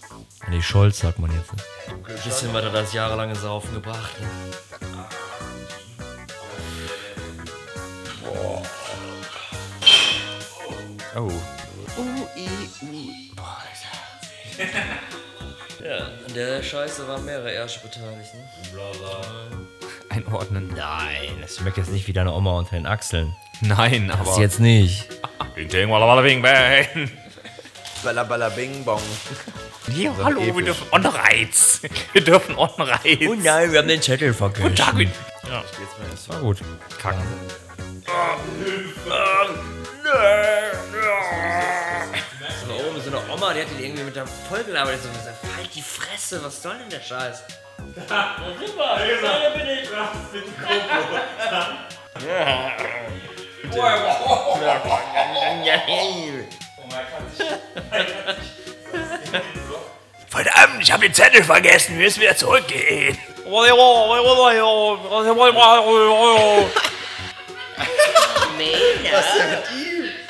Nee, Scholz sagt man jetzt. Ein bisschen weiter das jahrelange Saufen gebracht. ne? Oh. Ja, an der Scheiße waren mehrere Ärsche beteiligt. Ne? Einordnen. Nein, das schmeckt jetzt nicht wie deine Oma unter den Achseln. Nein, aber. Das jetzt nicht. Ding, ding, walla, walla, bing, bang. Balla balla bing bong. Ja, hallo, wir episch. dürfen on Reiz. Wir dürfen on Reiz. Oh nein, wir haben den Zettel vergessen. Darwin. War gut. Kacken. Da oben so eine Oma, die hat ihn irgendwie mit der vollgelabert. So gesagt, halt die Fresse, was soll denn der Scheiß? Verdammt, ich habe den Zettel vergessen. Wir müssen wieder zurückgehen.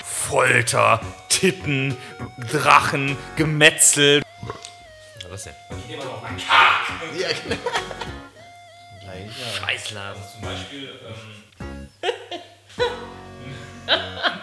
Folter, Titten, Drachen, Gemetzel. Was denn? Scheißladen. Zum Beispiel.